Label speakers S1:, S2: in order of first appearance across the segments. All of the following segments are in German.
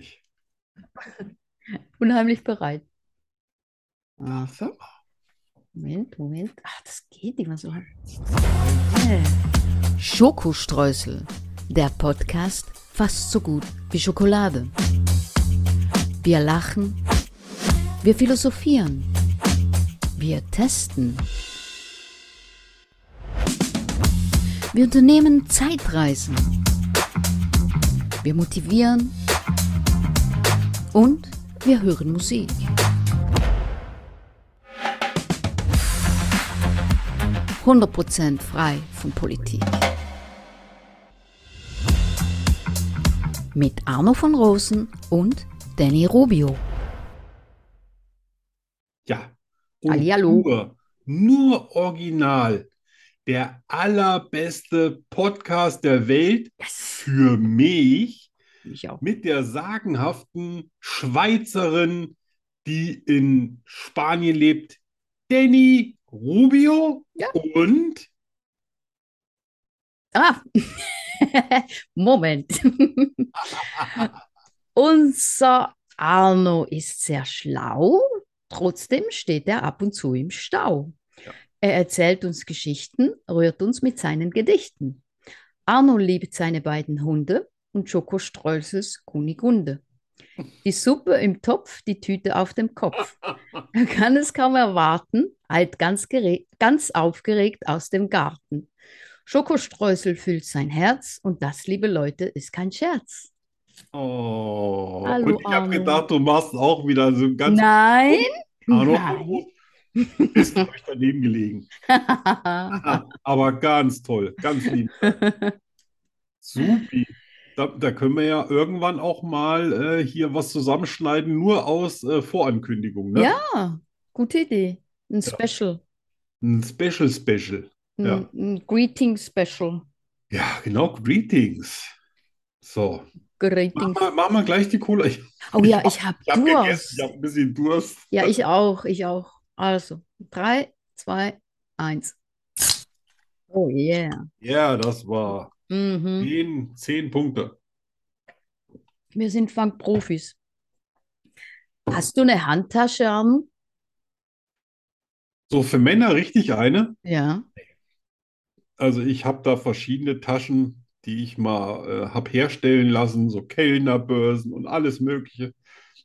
S1: Ich.
S2: Unheimlich bereit.
S1: Ah, so.
S2: Moment, Moment. Ach, das geht immer so schnell.
S3: Schokostreusel, der Podcast fast so gut wie Schokolade. Wir lachen, wir philosophieren, wir testen. Wir unternehmen Zeitreisen. Wir motivieren und wir hören Musik. Prozent frei von Politik. Mit Arno von Rosen und Danny Rubio.
S1: Ja.
S2: Hallihallo.
S1: Nur, nur original. Der allerbeste Podcast der Welt
S2: Yes.
S1: für mich
S2: Ich auch.
S1: mit der sagenhaften Schweizerin, die in Spanien lebt, Danny Rubio
S2: Ja.
S1: und
S2: Ah, Moment. Unser Arno ist sehr schlau, trotzdem steht er ab und zu im Stau.
S1: Ja.
S2: Er erzählt uns Geschichten, rührt uns mit seinen Gedichten. Arno liebt seine beiden Hunde und Schokostreusels Kunigunde. Die Suppe im Topf, die Tüte auf dem Kopf. Er kann es kaum erwarten, eilt ganz, gere- ganz aufgeregt aus dem Garten. Schokostreusel füllt sein Herz und das, liebe Leute, ist kein Scherz.
S1: Oh,
S2: Hallo,
S1: und ich habe
S2: Arno.
S1: gedacht, du machst auch wieder so einen ganz
S2: Nein,
S1: Arno,
S2: nein.
S1: ist glaub ich daneben gelegen. Ah, Aber ganz toll, ganz lieb. Supi. Da, da können wir ja irgendwann auch mal äh, hier was zusammenschneiden, nur aus äh, Vorankündigungen, ne?
S2: Ja, gute Idee. Ein Special,
S1: Ein Special Special.
S2: ein,
S1: Ja.
S2: ein Greeting Special.
S1: Ja, genau, Greetings. So,
S2: Greeting.
S1: machen wir, machen wir gleich die Cola. Ich,
S2: Oh ja, ich habe
S1: ich habe gegessen,
S2: Durst.
S1: ich habe ein bisschen Durst.
S2: Ja, ich auch, ich auch. Also, drei, zwei, eins. Oh yeah.
S1: Ja, das war
S2: Mhm.
S1: zehn, zehn Punkte.
S2: Wir sind Fangprofis. Hast du eine Handtasche, Arno?
S1: So, für Männer richtig eine.
S2: Ja.
S1: Also ich habe da verschiedene Taschen, die ich mal äh, habe herstellen lassen, so Kellnerbörsen und alles Mögliche.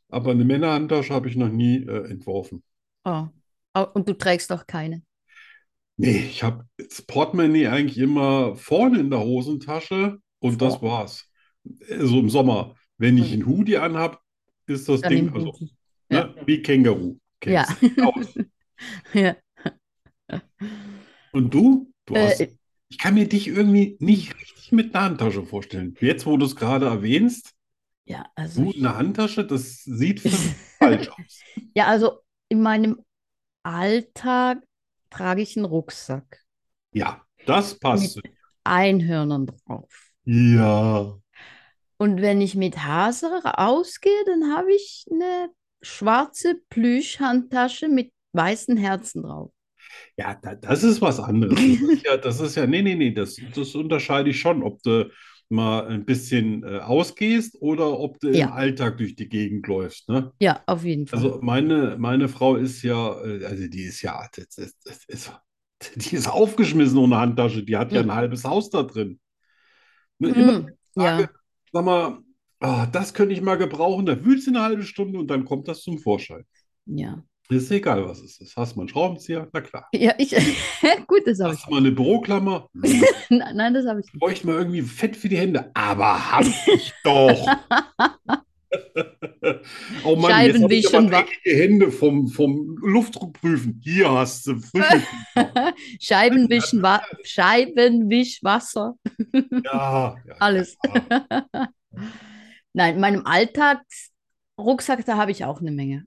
S1: Aber eine Männerhandtasche habe ich noch nie äh, entworfen.
S2: Oh. Oh, Und du trägst doch keine.
S1: Nee, ich habe das Portemonnaie eigentlich immer vorne in der Hosentasche und das war's. So im Sommer. Wenn ich einen Hoodie anhab, ist das
S2: Hm. Dann
S1: Ding
S2: im
S1: also,
S2: Hoodie.
S1: ne, wie Känguru.
S2: Ja.
S1: Kennst du dich aus.
S2: Ja.
S1: Und du? Du hast,
S2: Äh,
S1: ich kann mir dich irgendwie nicht richtig mit einer Handtasche vorstellen. Jetzt, wo du es gerade erwähnst,
S2: ja, also
S1: Du,
S2: ich-
S1: eine Handtasche, das sieht für mich falsch aus.
S2: Ja, also in meinem Alltag trage ich einen Rucksack.
S1: Ja, das passt. zu dir.
S2: Einhörnern drauf.
S1: Ja.
S2: Und wenn ich mit Hase ausgehe, dann habe ich eine schwarze Plüschhandtasche mit weißen Herzen drauf.
S1: Ja, da, das ist was anderes. Das ist ja, das ist ja, nee, nee, nee, das, das unterscheide ich schon, ob du mal ein bisschen äh, ausgehst oder ob du im
S2: Ja.
S1: Alltag durch die Gegend läufst, ne?
S2: Ja, auf jeden Fall.
S1: Also meine, meine Frau ist ja, äh, also die ist ja, das, das, das ist, die ist aufgeschmissen ohne Handtasche, die hat ja
S2: Mhm.
S1: ein halbes Haus da drin. Ne, immer
S2: Mm, ja,
S1: Frage, sag mal, ah, das könnte ich mal gebrauchen, da wühlst du eine halbe Stunde und dann kommt das zum Vorschein.
S2: ja.
S1: Ist egal, was es ist. Hast du mal einen Schraubenzieher? Na klar.
S2: Ja, ich. Gut, das habe ich.
S1: Hast du mal eine Büroklammer? Hm, Logisch.
S2: Nein, nein, das habe ich nicht.
S1: Bräuchte mal irgendwie Fett für die Hände. Aber hab ich doch. oh Mann, jetzt hab
S2: Scheibenwisch
S1: ich aber
S2: und wa-
S1: dreckige Hände vom, vom Luftdruck prüfen. Hier hast du frische.
S2: Scheibenwischen, Wa Scheibenwischwasser.
S1: ja, ja,
S2: Alles.
S1: ja.
S2: Nein, in meinem Alltagsrucksack, da habe ich auch eine Menge.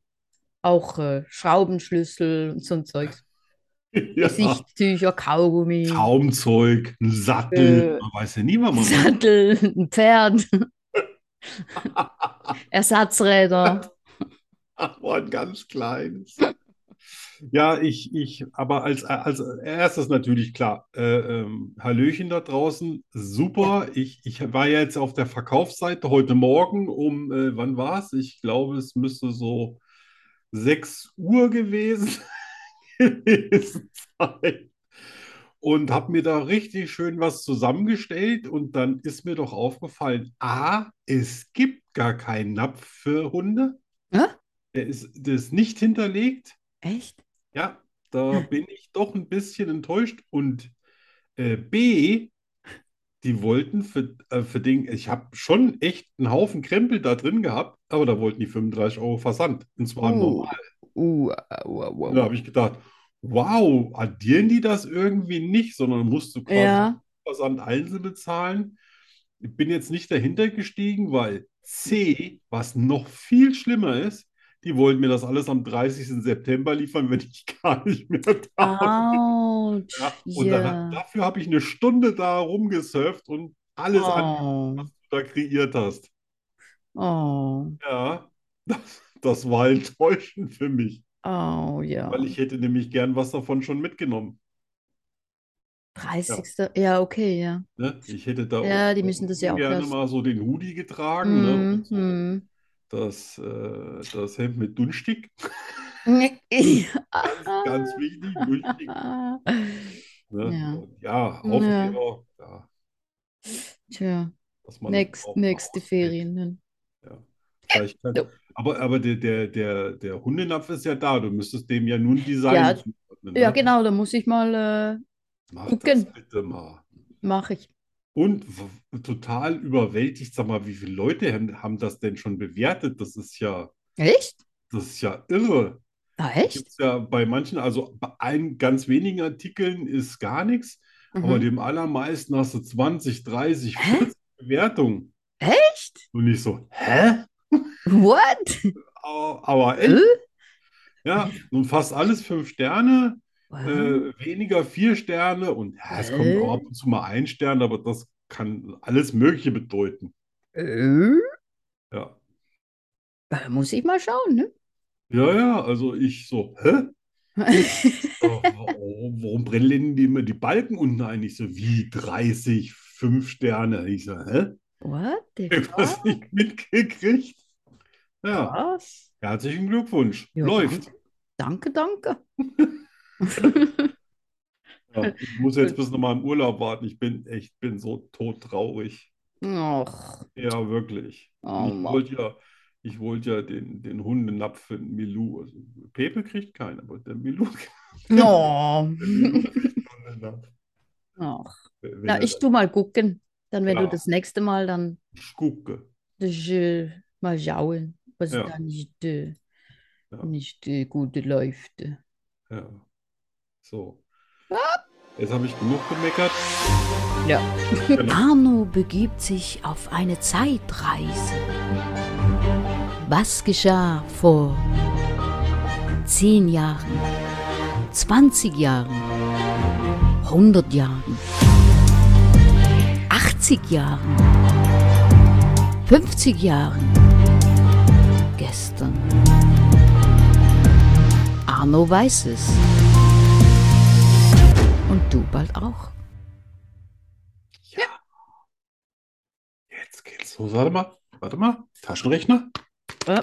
S2: Auch äh, Schraubenschlüssel und so ein Zeugs.
S1: Ja.
S2: Gesichtstücher, Kaugummi,
S1: Traumzeug, ein Sattel.
S2: Äh,
S1: Man weiß ja nie, wann man
S2: Sattel, ein Pferd, Ersatzräder.
S1: Aber ein ganz kleines. Ja, ich, ich, aber als, als erstes natürlich klar, äh, ähm, Hallöchen da draußen, super. Ich, ich war ja jetzt auf der Verkaufsseite heute Morgen um, äh, wann war es? Ich glaube, es müsste so 6 Uhr gewesen, gewesen sein. Und habe mir da richtig schön was zusammengestellt und dann ist mir doch aufgefallen, A, es gibt gar keinen Napf für Hunde.
S2: Ja?
S1: Der ist, der ist nicht hinterlegt.
S2: Echt?
S1: Ja, da bin ich doch ein bisschen enttäuscht. Und äh, B, die wollten für, äh, für den, ich habe schon echt einen Haufen Krempel da drin gehabt, aber da wollten die 35 Euro Versand. Und zwar
S2: Oh.
S1: normal.
S2: Uh, uh, uh,
S1: Und
S2: uh.
S1: Da habe ich gedacht, wow, addieren die das irgendwie nicht, sondern musst du quasi
S2: Ja.
S1: Versand einzeln bezahlen. Ich bin jetzt nicht dahinter gestiegen, weil C, was noch viel schlimmer ist, die wollten mir das alles am 30. September liefern, wenn ich gar nicht mehr da bin.
S2: Autsch,
S1: Ja, und da,
S2: Ah, ja.
S1: dafür habe ich eine Stunde da rumgesurft und alles an,
S2: Oh,
S1: was du da kreiert hast.
S2: oh,
S1: Ja, das, das war enttäuschend für mich,
S2: oh, ja.
S1: weil ich hätte nämlich gern was davon schon mitgenommen.
S2: 30. Ja, okay, ja.
S1: Ne? Ich hätte da
S2: Ja,
S1: auch
S2: die müssen das ja auch
S1: gerne
S2: erst-
S1: mal so den Hoodie getragen, ne?
S2: Mm,
S1: Und so das, äh, das Hemd mit Dunstig. Ganz,
S2: Ah.
S1: ganz wichtig, Dunstig. Ne?
S2: Ja.
S1: Und ja, Aufkleber, ja,
S2: Tja,
S1: dass man
S2: nächst,
S1: auch mal
S2: nächste
S1: aushält.
S2: Ferien. dann.
S1: Vielleicht kann,
S2: Ja.
S1: aber aber der, der, der, der Hundenapf ist ja da. Du müsstest dem ja nun Design
S2: Ja,
S1: zuordnen,
S2: Ja,
S1: ne?
S2: genau, da muss ich mal,
S1: Mach
S2: gucken.
S1: das bitte mal.
S2: äh, mache ich.
S1: Und w- total überwältigt, sag mal, wie viele Leute haben, haben das denn schon bewertet? Das ist ja,
S2: Echt?
S1: das ist ja irre.
S2: Ah, echt?
S1: Gibt's ja bei manchen, also bei ein, ganz wenigen Artikeln ist gar nichts, aber
S2: Mhm.
S1: dem allermeisten hast du 20, 30,
S2: Hä?
S1: 40 Bewertungen.
S2: Echt?
S1: Und ich so, hä?
S2: What?
S1: Aber, aber
S2: Äh?
S1: echt? Ja, nun fast alles fünf Sterne.
S2: Wow.
S1: äh, weniger vier Sterne und ja, es kommt
S2: Äh.
S1: auch ab und zu mal ein Stern, aber das kann alles Mögliche bedeuten.
S2: Äh?
S1: Ja,
S2: Da muss ich mal schauen, ne?
S1: ja, ja, also ich so, hä? Äh, Warum, warum brennen die immer die Balken unten ein? Ich so, wie 30, fünf Sterne? Ich so, hä?
S2: What the
S1: Ich hab das
S2: fuck?
S1: nicht mitgekriegt. Ja,
S2: Was?
S1: herzlichen Glückwunsch.
S2: Ja,
S1: Läuft.
S2: Danke, danke.
S1: Ja, ich muss jetzt bis nochmal im Urlaub warten. Ich bin echt, bin so todtraurig.
S2: Och,
S1: Ja, wirklich.
S2: oh Mann.
S1: Ich Hm, wollte ja, ich wollte ja den, den Hundenapf für den Milou. Also Pepe kriegt keinen, aber der Milou kriegt
S2: Oh.
S1: einen Hundenapf.
S2: Ach.
S1: Wenn
S2: Na,
S1: er
S2: ich tu mal gucken. Dann, wenn du
S1: Ja.
S2: das nächste Mal dann
S1: dann gucke.
S2: das, äh, mal schauen, was
S1: Ja.
S2: da nicht, äh,
S1: Ja.
S2: nicht äh, gut läuft.
S1: Ja. So. Jetzt habe ich genug gemeckert.
S2: Ja.
S3: Arno begibt sich auf eine Zeitreise. Was geschah vor 10 Jahren, 20 Jahren, 100 Jahren, 80 Jahren, 50 Jahren, gestern? Arno weiß es. Und du bald auch.
S1: Jetzt geht's los. Warte mal. Warte mal. Taschenrechner.
S2: Äh,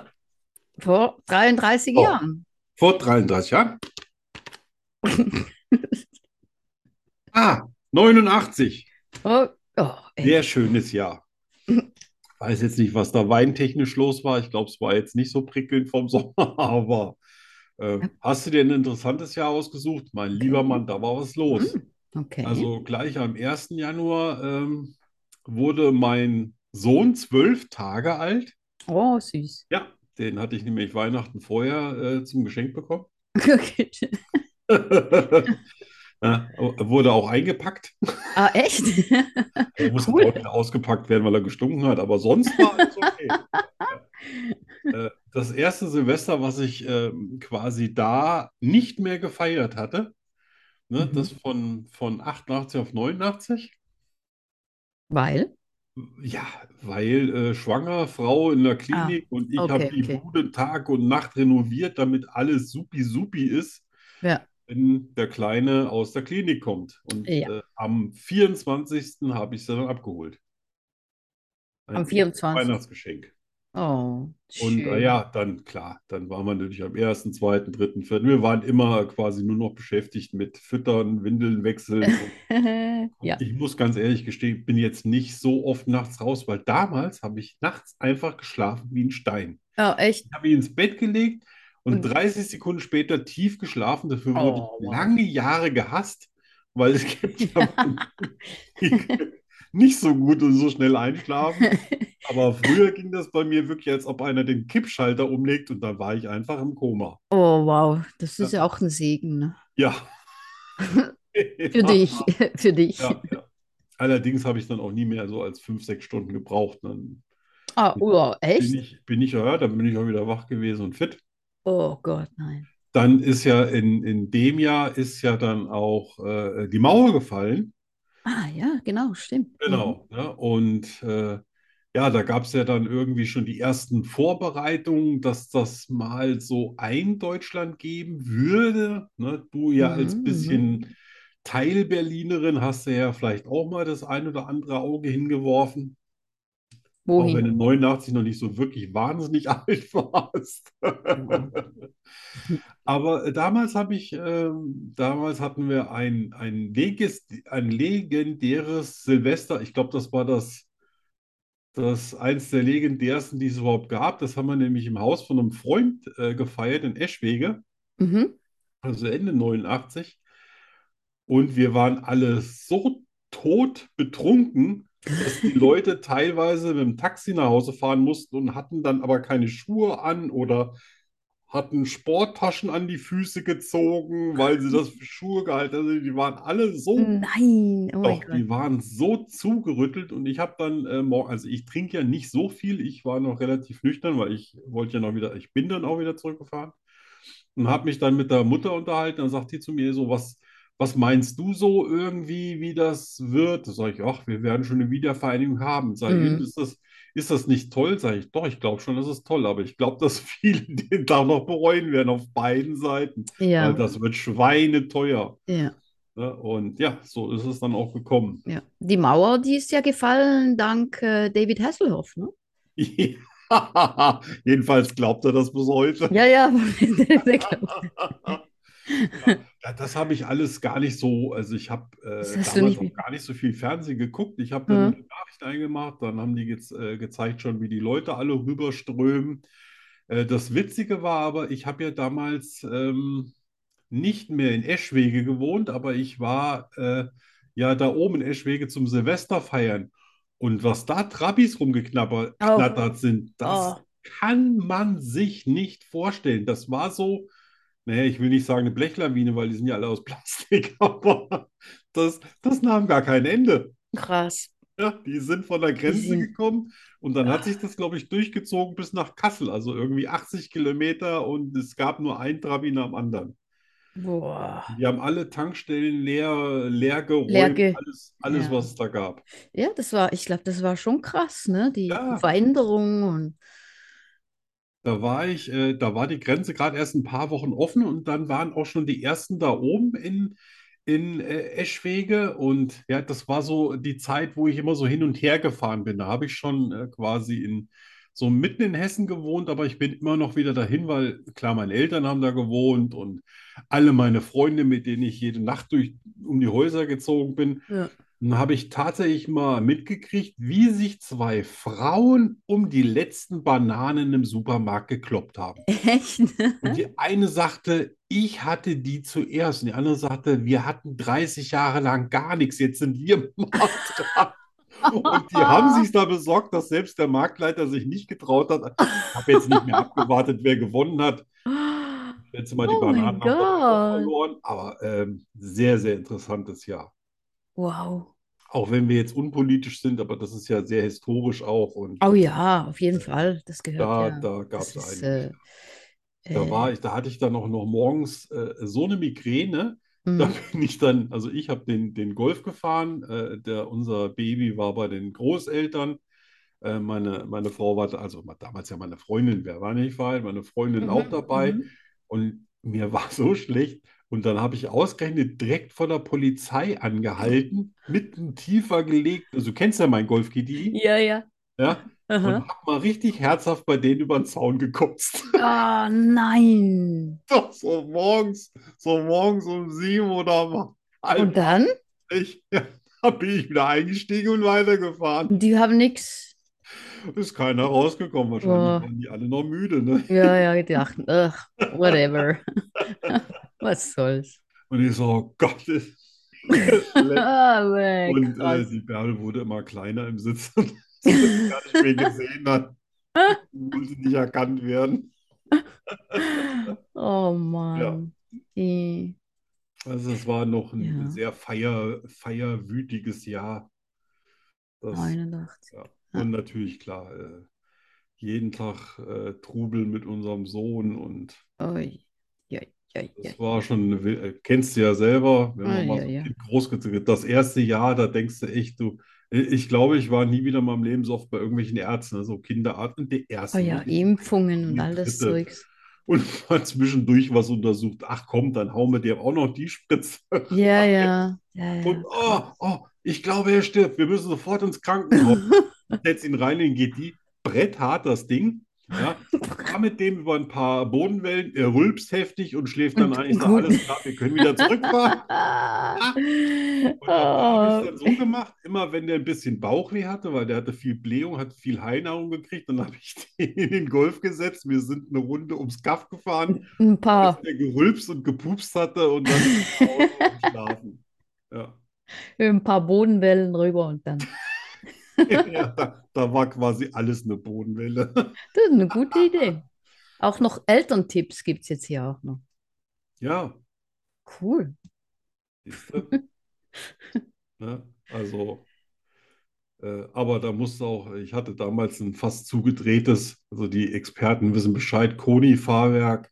S2: Vor 33
S1: Oh.
S2: Jahren.
S1: Vor 33 Jahren. Ah, 89.
S2: Oh, oh, ey.
S1: Sehr schönes Jahr. Weiß jetzt nicht, was da weintechnisch los war. Ich glaube, es war jetzt nicht so prickelnd vom Sommer, aber äh, hast du dir ein interessantes Jahr ausgesucht? Mein lieber Mann, da war was los.
S2: Okay.
S1: Also gleich am 1. Januar ähm, wurde mein Sohn zwölf Tage alt.
S2: Oh, süß.
S1: Ja, den hatte ich nämlich Weihnachten vorher äh, zum Geschenk bekommen.
S2: Okay.
S1: Ja, wurde auch eingepackt.
S2: Ah, echt?
S1: Er musste
S2: Cool.
S1: ordentlich ausgepackt werden, weil er gestunken hat, aber sonst war alles okay. Ja. Äh, Das erste Silvester, was ich ähm, quasi da nicht mehr gefeiert hatte, ne,
S2: Mhm.
S1: das von, von 88 auf 89,
S2: Weil?
S1: ja, weil äh, schwanger, Frau in der Klinik und ich
S2: Ah, okay,
S1: habe die
S2: okay.
S1: Bude Tag und Nacht renoviert, damit alles supi supi ist.
S2: Ja.
S1: wenn der Kleine aus der Klinik kommt. Und
S2: Ja.
S1: äh, am 24. habe ich sie dann abgeholt. Ein
S2: Am 24.
S1: Weihnachtsgeschenk.
S2: Oh,
S1: Und äh,
S2: schön.
S1: ja, dann klar, dann waren wir natürlich am ersten, zweiten, dritten, vierten. Wir waren immer quasi nur noch beschäftigt mit Füttern, Windeln wechseln. Und
S2: Ja,
S1: Ich muss ganz ehrlich gestehen, ich bin jetzt nicht so oft nachts raus, weil damals habe ich nachts einfach geschlafen wie ein Stein.
S2: oh, echt.
S1: Ich habe ihn ins Bett gelegt und
S2: Und-
S1: 30 Sekunden später tief geschlafen. Dafür wurde
S2: Mhm. Oh,
S1: ich
S2: wow.
S1: lange Jahre gehasst, weil es gibt ja Menschen, die nicht so gut und so schnell einschlafen. Aber früher ging das bei mir wirklich, als ob einer den Kippschalter umlegt und dann war ich einfach im Koma.
S2: Oh, wow, das ist ja auch ein Segen ne?
S1: Ja.
S2: für dich, für dich.
S1: Ja, ja. Allerdings habe ich dann auch nie mehr so als fünf, sechs Stunden gebraucht. Dann
S2: Ah, oh, echt?
S1: bin ich, bin ich ja, dann bin ich auch wieder wach gewesen und fit.
S2: Oh Gott, nein.
S1: Dann ist ja in, in dem Jahr ist ja dann auch äh, die Mauer gefallen.
S2: Ah, ja, genau, stimmt.
S1: Genau. Ne? Und äh, ja, da gab es ja dann irgendwie schon die ersten Vorbereitungen, dass das mal so ein Deutschland geben würde. Ne? Du ja als
S2: Mhm, mhm.
S1: bisschen Teil-Berlinerin hast du ja vielleicht auch mal das ein oder andere Auge hingeworfen. Auch wenn
S2: Wohin?
S1: du 89 noch nicht so wirklich wahnsinnig alt warst. Aber äh, damals habe ich, ähm, damals hatten wir ein, ein, Legis, ein legendäres Silvester. Ich glaube, das war das, das eins der legendärsten, die es überhaupt gab. Das haben wir nämlich im Haus von einem Freund äh, gefeiert in Eschwege,
S2: Mhm.
S1: also Ende 89. Und wir waren alle so tot betrunken, dass die Leute teilweise mit dem Taxi nach Hause fahren mussten und hatten dann aber keine Schuhe an oder hatten Sporttaschen an die Füße gezogen, weil sie das für Schuhe gehalten haben. Also Die waren alle so,
S2: Hm. Nein, oh mein
S1: doch,
S2: Gott.
S1: die waren so zugerüttelt und ich habe dann äh, morgen, also ich trinke ja nicht so viel, ich war noch relativ nüchtern, weil ich wollte ja noch wieder, ich bin dann auch wieder zurückgefahren und habe mich dann mit der Mutter unterhalten. Dann sagt die zu mir so, was, was meinst du so irgendwie, wie das wird? Da sage ich, ach, wir werden schon eine Wiedervereinigung haben. Sag ich,
S2: Mhm.
S1: ist das, ist das nicht toll? Sage ich, doch, ich glaube schon, das ist toll, aber ich glaube, dass viele den Tag noch bereuen werden auf beiden Seiten, weil
S2: Ja,
S1: das wird schweineteuer.
S2: ja,
S1: Ne? Und ja, so ist es dann auch gekommen.
S2: ja. Die Mauer, die ist ja gefallen dank äh, David Hasselhoff, ne?
S1: Jedenfalls glaubt er das bis heute.
S2: Ja, ja. der glaubt-
S1: Ja, das habe ich alles gar nicht so, also ich habe äh,
S2: Das hast du
S1: damals
S2: nicht
S1: auch
S2: mit-
S1: gar nicht so viel Fernsehen geguckt. Ich habe dann
S2: Mhm.
S1: nur die Nachricht eingemacht, dann haben die jetzt äh, gezeigt schon, wie die Leute alle rüberströmen. Äh, das Witzige war aber, ich habe ja damals ähm, nicht mehr in Eschwege gewohnt, aber ich war äh, ja da oben in Eschwege zum Silvester feiern. Und was da Trabis rumgeknattert
S2: Oh.
S1: knattert sind, das
S2: Oh.
S1: kann man sich nicht vorstellen. Das war so, naja, ich will nicht sagen eine Blechlawine, weil die sind ja alle aus Plastik, aber das, das nahm gar kein Ende.
S2: Krass.
S1: Ja, die sind von der Grenze
S2: sind-
S1: gekommen und dann
S2: Ah.
S1: hat sich das, glaube ich, durchgezogen bis nach Kassel, also irgendwie 80 Kilometer und es gab nur ein Trabi nach dem anderen.
S2: Boah.
S1: Die haben alle Tankstellen leer, leer geräumt,
S2: Leer ge-
S1: alles, alles,
S2: ja.
S1: was es da gab.
S2: Ja, das war, ich glaube, das war schon krass, ne? Die
S1: Ja.
S2: Veränderung und
S1: Da war ich, äh, da war die Grenze gerade erst ein paar Wochen offen und dann waren auch schon die ersten da oben in, in äh, Eschwege. Und ja, das war so die Zeit, wo ich immer so hin und her gefahren bin. Da habe ich schon äh, quasi in so mitten in Hessen gewohnt, aber ich bin immer noch wieder dahin, weil klar, meine Eltern haben da gewohnt und alle meine Freunde, mit denen ich jede Nacht durch um die Häuser gezogen bin.
S2: Ja.
S1: Dann habe ich tatsächlich mal mitgekriegt, wie sich zwei Frauen um die letzten Bananen im Supermarkt gekloppt haben.
S2: echt, ne?
S1: Und die eine sagte, ich hatte die zuerst. Und die andere sagte, wir hatten 30 Jahre lang gar nichts, jetzt sind wir mal dran. Und die haben sich da besorgt, dass selbst der Marktleiter sich nicht getraut hat. Ich habe jetzt nicht mehr abgewartet, wer gewonnen hat. Letztes Mal die
S2: Oh mein
S1: Bananen haben wir auch
S2: Gott.
S1: verloren. Aber ähm, sehr, sehr interessantes Jahr.
S2: Wow.
S1: Auch wenn wir jetzt unpolitisch sind, aber das ist ja sehr historisch auch und
S2: Oh ja, auf jeden Fall. Das gehört
S1: da,
S2: ja.
S1: da gab
S2: Das
S1: es
S2: ist,
S1: einiges.
S2: äh,
S1: Da war
S2: äh,
S1: ich, da hatte ich dann auch noch morgens äh, so eine Migräne, da
S2: mhm.
S1: bin ich dann, also ich habe den, den Golf gefahren, äh, der, unser Baby war bei den Großeltern, äh, meine, meine Frau war, da- also damals ja meine Freundin, wer war nicht verheiratet, meine Freundin auch
S2: Mhm,
S1: dabei
S2: mhm.
S1: und mir war so schlecht Und dann habe ich ausgerechnet direkt von der Polizei angehalten, mitten tiefer gelegt. Also, du kennst ja mein Golf GTI,
S2: Ja, ja.
S1: ja?
S2: Aha.
S1: Und hab mal richtig herzhaft bei denen über den Zaun gekotzt.
S2: Ah, nein.
S1: Doch, so morgens, so morgens um sieben oder um halb.
S2: Und dann?
S1: Ich, ja, da bin ich wieder eingestiegen und weitergefahren.
S2: Die haben nichts.
S1: Ist keiner rausgekommen.
S2: Boah.
S1: Wahrscheinlich waren die alle noch müde. Ne?
S2: Ja, ja, die dachten, ach, whatever. Was soll's.
S1: Und ich so, oh Gott. das ist schlecht.
S2: Ah, nee,
S1: Äh, Und äh,
S2: krass.
S1: die Bärbel wurde immer kleiner im Sitz, dass sie mich gar nicht mehr gesehen hat. Wollte nicht erkannt werden. äh,
S2: Oh Mann. Die,
S1: Also es war noch ein
S2: Ja.
S1: sehr feier, feierwütiges Jahr. Das,
S2: Oh 89.
S1: ja. Und natürlich, klar, äh, jeden Tag äh, Trubel mit unserem Sohn und
S2: Ui, ui, ui, ui.
S1: Das war schon, eine wild- äh, kennst du ja selber, wenn
S2: Ah,
S1: man mal
S2: ja,
S1: so
S2: ja.
S1: ein Kind großgezogen wird. Das erste Jahr, da denkst du echt, du, äh, ich glaube, ich war nie wieder in meinem Leben so oft bei irgendwelchen Ärzten, ne, so Kinderarzt und die
S2: Oh
S1: ersten.
S2: ja,
S1: die-
S2: Impfungen und
S1: die
S2: all das
S1: dritte.
S2: Zeugs.
S1: Und mal zwischendurch was untersucht. Ach komm, dann hauen wir dir auch noch die Spritze.
S2: Ja, ja. ja, ja.
S1: Und oh, oh, ich glaube, er stirbt. Wir müssen sofort ins Krankenhaus. Setz ihn rein, dann geht die bretthart das Ding. Ja, fahr mit dem über ein paar Bodenwellen, er rülpst heftig und schläft dann
S2: Und-
S1: ein. Ich sage,
S2: gut.
S1: alles klar, wir können wieder zurückfahren.
S2: Ah.
S1: Und dann habe ich es
S2: Oh.
S1: dann so gemacht, immer wenn der ein bisschen Bauchweh hatte, weil der hatte viel Blähung, hat viel Heilnahrung gekriegt, dann habe ich den in den Golf gesetzt. Wir sind eine Runde ums Kaff gefahren,
S2: Ein paar.
S1: bis der gerülpst und gepupst hatte und dann nach Hause und schlafen. Ja.
S2: ein paar Bodenwellen rüber und dann.
S1: Ja, da, da war quasi alles eine Bodenwelle.
S2: Das ist eine gute Idee. Auch noch Elterntipps gibt es jetzt hier auch noch.
S1: Ja,
S2: Cool.
S1: siehste. Ne? Also, äh, aber da musste auch, ich hatte damals ein fast zugedrehtes, also die Experten wissen Bescheid, Koni-Fahrwerk.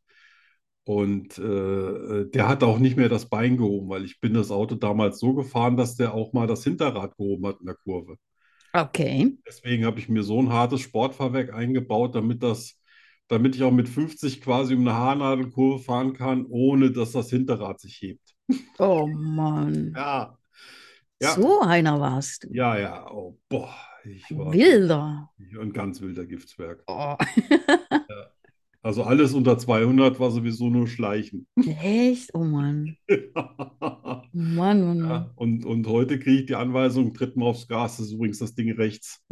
S1: Und äh, äh, der hat auch nicht mehr das Bein gehoben, weil ich bin das Auto damals so gefahren, dass der auch mal das Hinterrad gehoben hat in der Kurve.
S2: Okay.
S1: Deswegen habe ich mir so ein hartes Sportfahrwerk eingebaut, damit das, damit ich auch mit 50 quasi um eine Haarnadelkurve fahren kann, ohne dass das Hinterrad sich hebt.
S2: Oh Mann.
S1: Ja. Ja,
S2: So einer warst du.
S1: ja, ja. Oh, boah, ich war
S2: Wilder.
S1: ein ganz wilder Giftswerk.
S2: Oh.
S1: Also alles unter 200 war sowieso nur Schleichen.
S2: Echt? Oh Mann.
S1: Ja,
S2: Mann, Mann, Mann.
S1: und, und heute kriege ich die Anweisung, tritt mal aufs Gas, das ist übrigens das Ding rechts.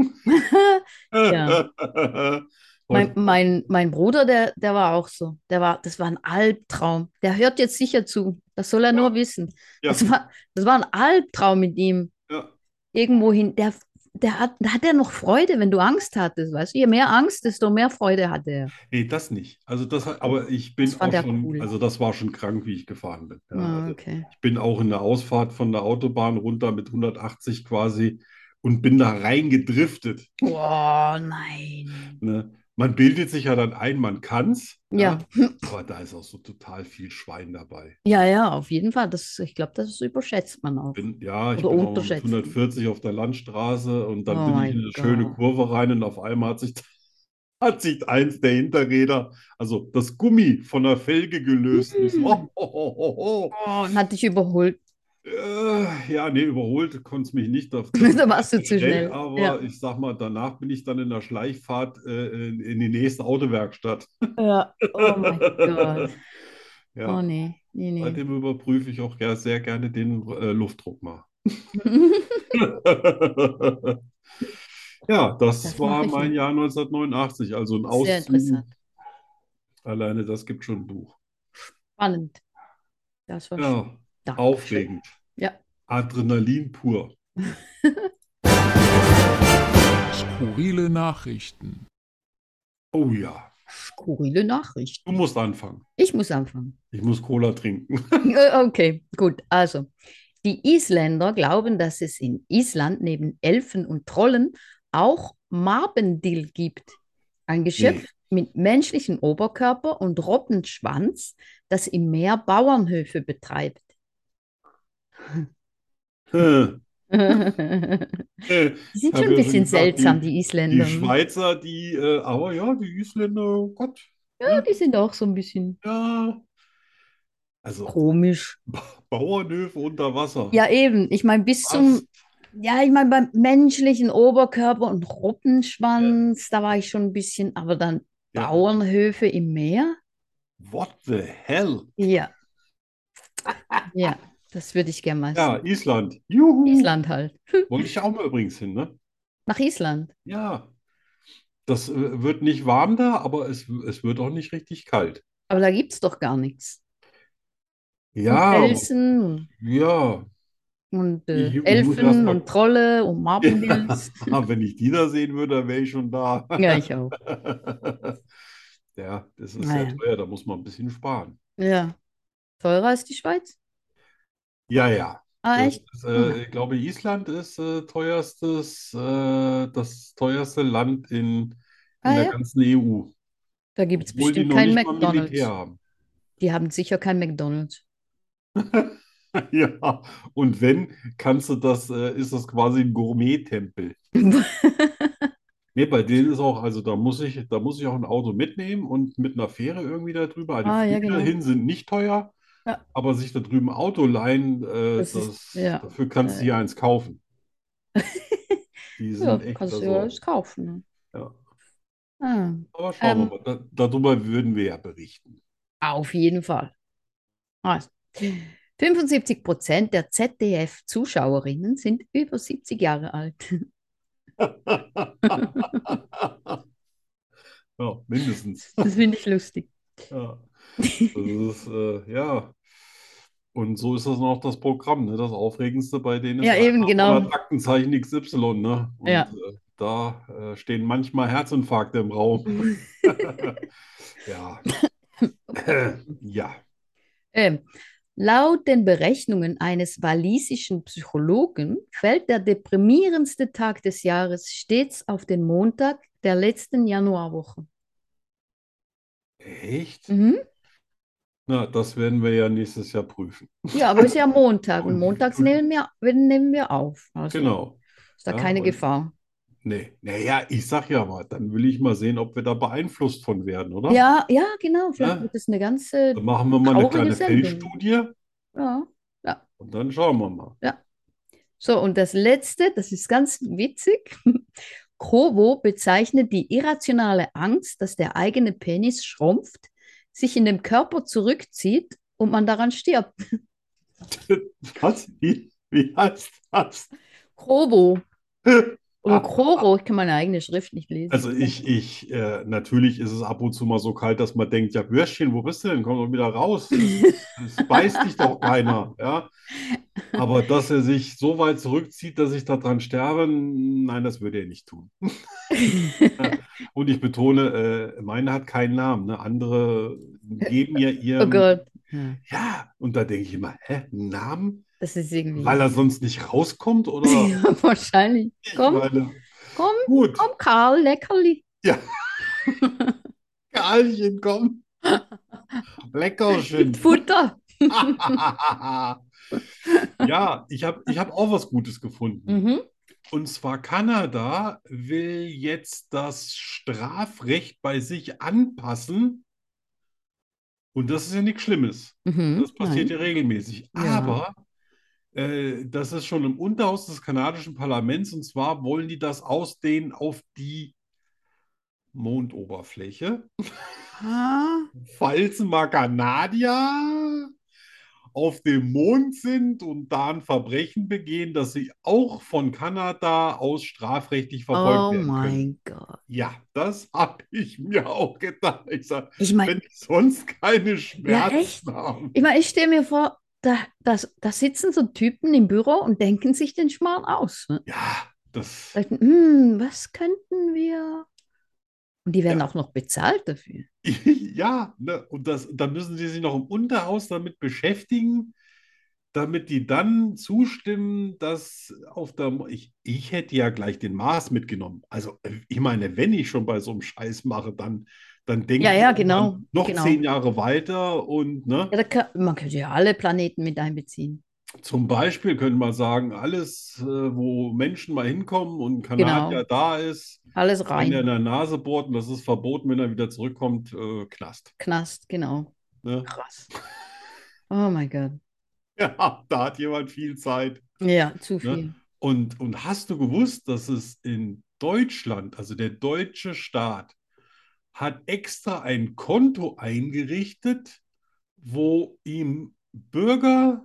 S2: Ja. Mein,
S1: Heute,
S2: mein, mein Bruder, der, der war auch so. Der war, das war ein Albtraum. Der hört jetzt sicher zu. Das soll er nur wissen.
S1: Ja.
S2: Das war, das war ein Albtraum mit ihm.
S1: ja,
S2: Irgendwohin. Der, der hat, da hat er noch Freude, wenn du Angst hattest, weißt du? Je mehr Angst, desto mehr Freude hatte er.
S1: Nee, das nicht. Also das, hat- aber ich bin
S2: Das fand
S1: auch
S2: er
S1: schon,
S2: cool.
S1: also das war schon krank, wie ich gefahren bin. Ja,
S2: Ah,
S1: also
S2: okay.
S1: ich bin auch in der Ausfahrt von der Autobahn runter mit 180 quasi und bin da reingedriftet.
S2: Oh nein.
S1: Ne? Man bildet sich ja dann ein, man kann's,
S2: Ja.
S1: aber da ist auch so total viel Schwein dabei.
S2: Ja, ja, auf jeden Fall. Das, ich glaube, das überschätzt man auch.
S1: Bin, ja, ich
S2: Oder
S1: bin auch mit
S2: unterschätzt.
S1: 140 auf der Landstraße und dann
S2: Also Oh
S1: bin ich
S2: mein
S1: in eine schöne
S2: Gott.
S1: Kurve rein und auf einmal hat sich, hat sich eins der Hinterräder, also das Gummi von der Felge gelöst. Und ich so,
S2: Mm.
S1: oh, oh, oh, oh, oh.
S2: Oh, und hat dich überholt.
S1: Äh, ja, nee, überholt konnte es mich nicht. Da,
S2: Da warst du zu schnell.
S1: aber
S2: Ja.
S1: ich sag mal, danach bin ich dann in der Schleichfahrt äh, in, in die nächste Autowerkstatt.
S2: Ja. Oh mein Gott.
S1: Ja,
S2: Oh nee, nee, nee.
S1: seitdem überprüfe ich auch ger- sehr gerne den äh, Luftdruck mal. Ja, das
S2: Das
S1: war
S2: mache ich
S1: mein
S2: nicht.
S1: Jahr 1989, also ein
S2: Sehr
S1: Auszug.
S2: interessant.
S1: Alleine das gibt schon ein Buch.
S2: Spannend. Das war schön.
S1: Ja,
S2: Dankeschön.
S1: aufregend.
S2: Ja.
S1: Adrenalin pur.
S4: Skurrile Nachrichten.
S1: Oh ja,
S2: Skurrile Nachricht.
S1: du musst anfangen.
S2: Ich muss anfangen.
S1: Ich muss Cola trinken.
S2: Äh, Okay, gut. Also, die Isländer glauben, dass es in Island neben Elfen und Trollen auch Marbendil gibt. Ein Geschöpf mit menschlichem Oberkörper und Robbenschwanz, das im Meer Bauernhöfe betreibt.
S1: Äh,
S2: Die
S1: äh,
S2: sind
S1: Hab
S2: schon ein bisschen
S1: ja so gesagt, die-
S2: seltsam, die
S1: Die
S2: Isländer.
S1: Schweizer, die, äh, aber ja, die Isländer, Gott,
S2: Ja, die sind auch so ein bisschen.
S1: ja. Also
S2: Komisch.
S1: Bauernhöfe unter Wasser.
S2: Ja, eben. Ich meine, bis zum,
S1: Was?
S2: ja, ich meine, beim menschlichen Oberkörper und Robbenschwanz, da war ich schon ein bisschen, aber dann
S1: Ja.
S2: Bauernhöfe im Meer?
S1: What the hell?
S2: Ja. Ja, das würde ich gerne mal
S1: Ja,
S2: sehen.
S1: Island. Juhu.
S2: Island halt.
S1: Wollte ich auch mal übrigens hin, ne?
S2: Nach Island.
S1: Ja. Das äh, wird nicht warm da, aber es, es wird auch nicht richtig kalt.
S2: Aber da gibt es doch gar nichts. Und
S1: Ja,
S2: Elsen
S1: ja.
S2: und äh,
S1: Ich- ich muss erst
S2: Elfen
S1: mal-
S2: und Trolle und Marblins.
S1: Ah, Wenn ich die da sehen würde, dann wäre ich schon da.
S2: Ja, ich auch.
S1: Ja, das ist
S2: Naja.
S1: sehr teuer, da muss man ein bisschen sparen.
S2: Ja. Teurer als die Schweiz?
S1: Ja, ja.
S2: Ah,
S1: Das
S2: echt?
S1: ist, äh, ich glaube, Island ist äh, teuerstes, äh, das teuerste Land in, in
S2: Ah,
S1: der
S2: ja.
S1: ganzen EU,
S2: Da gibt es
S1: obwohl die
S2: bestimmt
S1: noch
S2: kein
S1: nicht mal
S2: McDonald's.
S1: Militär haben.
S2: Die haben sicher kein McDonald's.
S1: Ja, und wenn, kannst du das, äh, ist das quasi ein Gourmet-Tempel. Nee, bei denen ist auch, also da muss ich, da muss ich auch ein Auto mitnehmen und mit einer Fähre irgendwie da drüber. Also
S2: Ah, ja,
S1: Flüge
S2: genau.
S1: hin sind nicht teuer,
S2: Ja.
S1: aber sich da drüben ein Auto leihen, äh,
S2: Das ist-
S1: das,
S2: ja.
S1: dafür kannst du
S2: Äh.
S1: dir eins kaufen. Die
S2: Ja,
S1: sind echt,
S2: kannst du
S1: also,
S2: ja alles kaufen. ne?
S1: ja.
S2: Ah,
S1: Aber schauen wir
S2: Ähm.
S1: mal, da, darüber würden wir ja berichten.
S2: Ah, auf jeden Fall. Also, 75 Prozent der ZDF-Zuschauerinnen sind über 70 Jahre alt.
S1: Ja, mindestens.
S2: Das finde ich lustig.
S1: Ja. Das ist, äh, ja. Und so ist das noch das Programm, ne? Das Aufregendste bei denen ist
S2: Ja, eben,
S1: einfach
S2: genau.
S1: 100 Aktenzeichen XY, ne? Und
S2: Ja.
S1: äh, da äh, stehen manchmal Herzinfarkte im Raum. Ja. Ja.
S2: Ähm, laut den Berechnungen eines walisischen Psychologen fällt der deprimierendste Tag des Jahres stets auf den Montag der letzten Januarwoche.
S1: Echt?
S2: Mhm.
S1: Na, das werden wir ja nächstes Jahr prüfen.
S2: Ja, aber ist ja Montag und
S1: Und-
S2: montags nehmen wir, nehmen wir auf. Also
S1: Genau.
S2: ist da
S1: Ja,
S2: keine
S1: und-
S2: Gefahr.
S1: Nee. Naja, ich sag ja mal, dann will ich mal sehen, ob wir da beeinflusst von werden, oder?
S2: Ja, ja, genau. Vielleicht
S1: Ja.
S2: wird es eine ganze.
S1: Dann machen wir mal eine
S2: Traurige
S1: kleine
S2: Sendung.
S1: Feldstudie
S2: Ja.
S1: und dann schauen wir mal.
S2: So, und das Letzte, das ist ganz witzig. Kovo bezeichnet die irrationale Angst, dass der eigene Penis schrumpft, sich in dem Körper zurückzieht und man daran stirbt.
S1: Was? Wie, wie heißt das?
S2: Kovo oder Koro, ich kann meine eigene Schrift nicht lesen.
S1: Ah. Also ich, ich, äh, natürlich ist es ab und zu mal so kalt, dass man denkt, ja, Würstchen, wo bist du denn? Komm doch wieder raus. Es, es beißt dich doch keiner, ja. Aber dass er sich so weit zurückzieht, dass ich daran sterbe, nein, das würde er nicht tun. Und ich betone, äh, meine hat keinen Namen. Ne? Andere geben ja
S2: Oh
S1: ihren.
S2: Gott. Ja,
S1: Ja, und da denke ich immer, hä, einen Namen?
S2: das ist irgendwie.
S1: Weil er sonst nicht rauskommt oder?
S2: Ja, wahrscheinlich.
S1: Ich
S2: Komm,
S1: meine,
S2: komm,
S1: gut,
S2: komm, Karl, Leckerli.
S1: Karlchen, komm. Leckerchen.
S2: Futter.
S1: Ja, ich habe ich hab auch was Gutes gefunden.
S2: Mhm.
S1: Und zwar Kanada will jetzt das Strafrecht bei sich anpassen. Und das ist ja nichts Schlimmes.
S2: Mhm.
S1: Das passiert
S2: Nein.
S1: ja regelmäßig.
S2: Ja.
S1: Aber äh, das ist schon im Unterhaus des kanadischen Parlaments und zwar wollen die das ausdehnen auf die Mondoberfläche. Falls mal Kanadier auf dem Mond sind und da ein Verbrechen begehen, dass sie auch von Kanada aus strafrechtlich verfolgt
S2: Oh
S1: werden können.
S2: mein Gott.
S1: Ja, das habe ich mir auch gedacht. Ich sage,
S2: Ich meine,
S1: wenn die sonst keine
S2: Ja, echt?
S1: Schmerzen haben.
S2: Ich meine, ich stelle mir vor, da, das, da sitzen so Typen im Büro und denken sich den Schmarrn aus. Ne?
S1: Ja, das,
S2: Denken, "Hm, was könnten wir? Und die werden
S1: Ja.
S2: auch noch bezahlt dafür.
S1: ja, ne, und das, da müssen sie sich noch im Unterhaus damit beschäftigen, damit die dann zustimmen, dass auf der, Mo- ich, ich hätte ja gleich den Mars mitgenommen. Also, äh, ich meine, wenn ich schon bei so einem Scheiß mache, dann, dann denke
S2: Ja,
S1: ich
S2: ja,
S1: auch
S2: genau,
S1: an noch
S2: genau.
S1: zehn Jahre weiter und, ne,
S2: Ja, da kann, man könnte ja alle Planeten mit einbeziehen.
S1: zum Beispiel könnte man sagen, alles, äh, wo Menschen mal hinkommen und ein Kanadier da ist,
S2: Alles
S1: wenn er in
S2: Genau. rein.
S1: der Nase bohrt und das ist verboten, wenn er wieder zurückkommt, äh, Knast,
S2: Knast, genau.
S1: ne?
S2: Krass. Oh mein Gott.
S1: Ja, da hat jemand viel Zeit.
S2: Ja, zu
S1: Ne?
S2: viel.
S1: Und, und hast du gewusst, dass es in Deutschland, also der deutsche Staat, hat extra ein Konto eingerichtet, wo ihm Bürger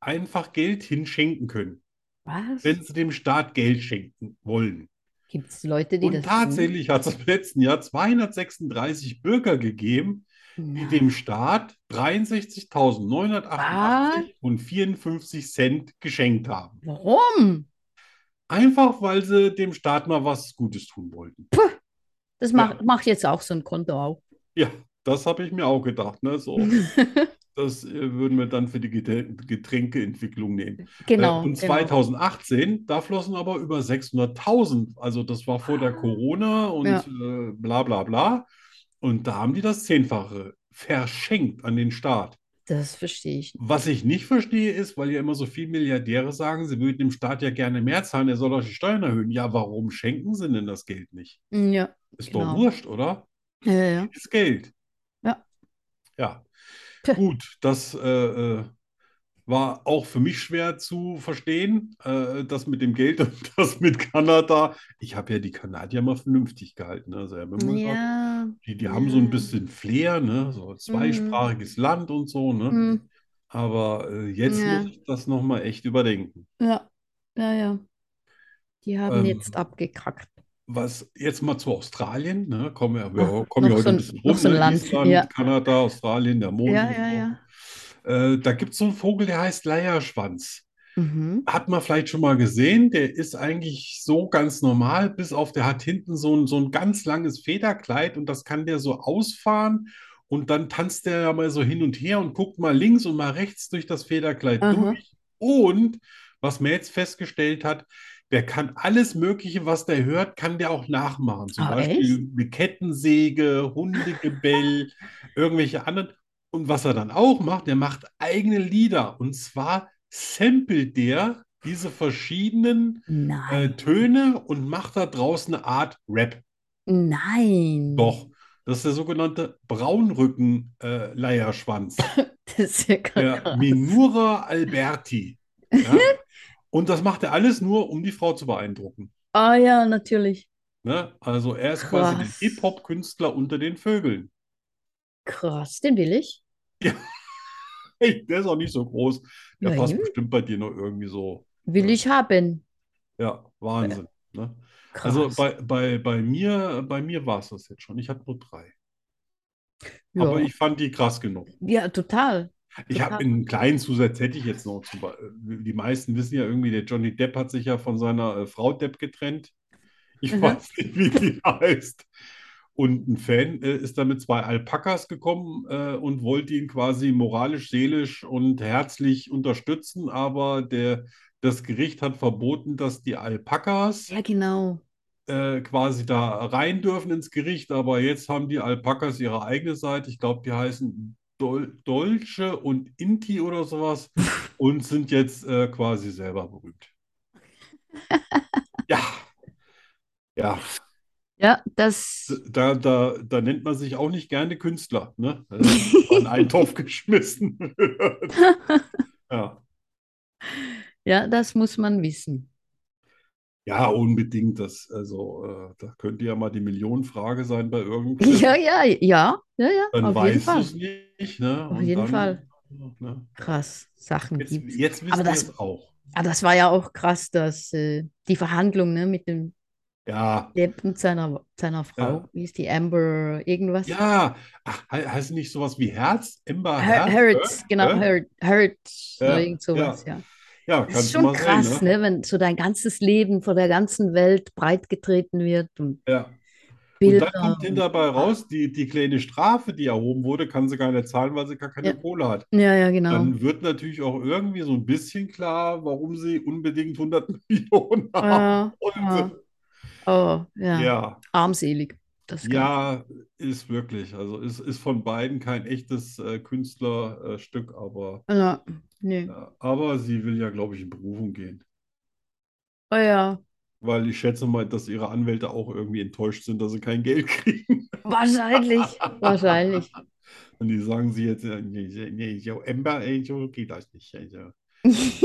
S1: einfach Geld hinschenken können,
S2: Was?
S1: wenn sie dem Staat Geld schenken wollen.
S2: Gibt es Leute, die
S1: Und
S2: das hm? tun?
S1: tatsächlich hat es im letzten Jahr 236 Bürger gegeben, die
S2: Nein.
S1: dem Staat 63.988 und 54 Cent geschenkt haben.
S2: Warum?
S1: Einfach, weil sie dem Staat mal was Gutes tun wollten.
S2: Das
S1: Ja.
S2: macht mach jetzt auch so ein Konto auf.
S1: Ja, das habe ich mir auch gedacht. Ne? So, das äh, würden wir dann für die Geträ- Getränkeentwicklung nehmen.
S2: Genau.
S1: Äh, und
S2: genau.
S1: 2018, da flossen aber über 600.000. Also das war vor der Corona und
S2: Ja.
S1: äh, bla bla bla. Und da haben die das Zehnfache verschenkt an den Staat.
S2: Das verstehe ich.
S1: Was ich nicht verstehe, ist, weil ja immer so viele Milliardäre sagen, sie würden dem Staat ja gerne mehr zahlen, er soll doch die Steuern erhöhen. Ja, warum schenken sie denn das Geld nicht?
S2: nicht. Ja.
S1: Ist
S2: Genau.
S1: doch wurscht, oder?
S2: Ja, ja.
S1: Ist Geld.
S2: Ja.
S1: Ja.
S2: Tja.
S1: Gut, das äh, äh, war auch für mich schwer zu verstehen, äh, das mit dem Geld und das mit Kanada. Ich habe ja die Kanadier mal vernünftig gehalten. Ne? Also, ja, wenn man sagt,
S2: ja. Mhm.
S1: die, die haben so ein
S2: Ja.
S1: bisschen Flair, ne? so zweisprachiges Land und so. Ne?
S2: Hm.
S1: Aber äh, jetzt
S2: Ja.
S1: muss ich das nochmal echt überdenken.
S2: Ja. Ja, ja. Die haben
S1: Ähm,
S2: jetzt abgekackt.
S1: Was jetzt mal zu Australien, ne? Kommen wir, wir
S2: Ach,
S1: kommen ja
S2: noch
S1: heute
S2: so
S1: ein
S2: ein-
S1: bisschen
S2: noch
S1: rum,
S2: so ein
S1: ne?
S2: Land,
S1: Island,
S2: ja.
S1: Kanada, Australien, der Mond
S2: Ja,
S1: und
S2: ja,
S1: so.
S2: ja.
S1: Äh, da gibt es so einen Vogel, der heißt Leierschwanz.
S2: Mhm.
S1: Hat man vielleicht schon mal gesehen, der ist eigentlich so ganz normal, bis auf der hat hinten so ein, so ein ganz langes Federkleid und das kann der so ausfahren und dann tanzt der ja mal so hin und her und guckt mal links und mal rechts durch das Federkleid
S2: Aha.
S1: durch. Und was man jetzt festgestellt hat, der kann alles Mögliche, was der hört, kann der auch nachmachen. Zum
S2: Ah,
S1: Beispiel eine Kettensäge, Hundegebell, irgendwelche anderen. Und was er dann auch macht, der macht eigene Lieder. Und zwar samplet der diese verschiedenen äh,
S2: Nein.
S1: Töne und macht da draußen eine Art Rap.
S2: Nein.
S1: Äh, Doch. Das ist der sogenannte äh, Braunrücken-Leierschwanz.
S2: Das ist ja
S1: der
S2: krass.
S1: Minura Alberti. Ja? Und das macht er alles nur, um die Frau zu beeindrucken.
S2: Ah ja, natürlich.
S1: Ne? Also er ist quasi
S2: Krass.
S1: der Hip-Hop-Künstler unter den Vögeln.
S2: Krass, den will ich.
S1: Hey, der ist auch nicht so groß.
S2: Na
S1: Der passt
S2: eben.
S1: bestimmt bei dir noch irgendwie so.
S2: Will ich haben.
S1: Ja, Wahnsinn. Ne?
S2: Krass.
S1: Also bei, bei, bei mir, bei mir war es das jetzt schon. Ich habe nur drei.
S2: Ja.
S1: Aber ich fand die krass genug.
S2: Ja, total.
S1: Ich habe einen kleinen Zusatz, hätte ich jetzt noch. Zum Be- äh, die meisten wissen ja irgendwie, der Johnny Depp hat sich ja von seiner äh, Frau Depp getrennt. Ich
S2: Mhm.
S1: weiß nicht, wie die heißt. Und ein Fan äh, ist dann mit zwei Alpakas gekommen äh, und wollte ihn quasi moralisch, seelisch und herzlich unterstützen. Aber der, das Gericht hat verboten, dass die Alpakas
S2: Ja, genau.
S1: äh, quasi da rein dürfen ins Gericht, aber jetzt haben die Alpakas ihre eigene Seite. Ich glaube, die heißen Dol Dolce und Inti oder sowas und sind jetzt äh, quasi selber berühmt. Ja. Ja,
S2: Ja, das.
S1: da, da, da nennt man sich auch nicht gerne Künstler, ne? Wenn man in einen Topf geschmissen wird. Ja. Äh.
S2: Ja, das muss man wissen.
S1: Ja, unbedingt. Das, also, äh, da könnte ja mal die Millionenfrage sein bei irgendeinem.
S2: Ja, ja, ja, ja, ja,
S1: Dann
S2: auf jeden
S1: weißt du
S2: Fall.
S1: es nicht, ne?
S2: Auf
S1: Und
S2: jeden
S1: dann,
S2: Fall.
S1: Ne?
S2: Krass, Sachen
S1: Jetzt,
S2: gibt's.
S1: jetzt wissen
S2: Aber
S1: wir
S2: das-
S1: es auch.
S2: Ah, das war ja auch krass, dass äh, die Verhandlung ne, mit dem
S1: Ja,
S2: Depp und seiner, seiner Frau, wie ist die Amber, irgendwas?
S1: ja. Ach, he heißt nicht sowas wie Herz? Ember
S2: Her-
S1: Herz?
S2: Hurts, genau,
S1: Ja?
S2: Hurt, Hurts
S1: Ja,
S2: oder irgend sowas, ja.
S1: Ja,
S2: Das
S1: kannst
S2: ist
S1: du
S2: schon
S1: mal sehen,
S2: krass,
S1: ne?
S2: ne, wenn so dein ganzes Leben vor der ganzen Welt breitgetreten wird und
S1: Ja. Und
S2: Bilder.
S1: dann kommt dabei raus, die, die kleine Strafe, die erhoben wurde, kann sie gar nicht zahlen, weil sie gar keine
S2: Ja.
S1: Kohle hat.
S2: Ja, ja, genau.
S1: Dann wird natürlich auch irgendwie so ein bisschen klar, warum sie unbedingt 100 Millionen
S2: Ah,
S1: haben
S2: ah.
S1: wollte.
S2: Oh, ja.
S1: Ja.
S2: Armselig. Das ist geil.
S1: Ja, ist wirklich. Also ist, ist von beiden kein echtes äh, Künstlerstück, aber,
S2: Ja, nee.
S1: äh, aber sie will ja, glaube ich, in Berufung gehen.
S2: Oh ja.
S1: Weil ich schätze mal, dass ihre Anwälte auch irgendwie enttäuscht sind, dass sie kein Geld kriegen.
S2: Wahrscheinlich. Wahrscheinlich.
S1: Und die sagen sie jetzt, äh, nee, nee, yo, Ember, ey, so geht das nicht. Also, der,
S2: Das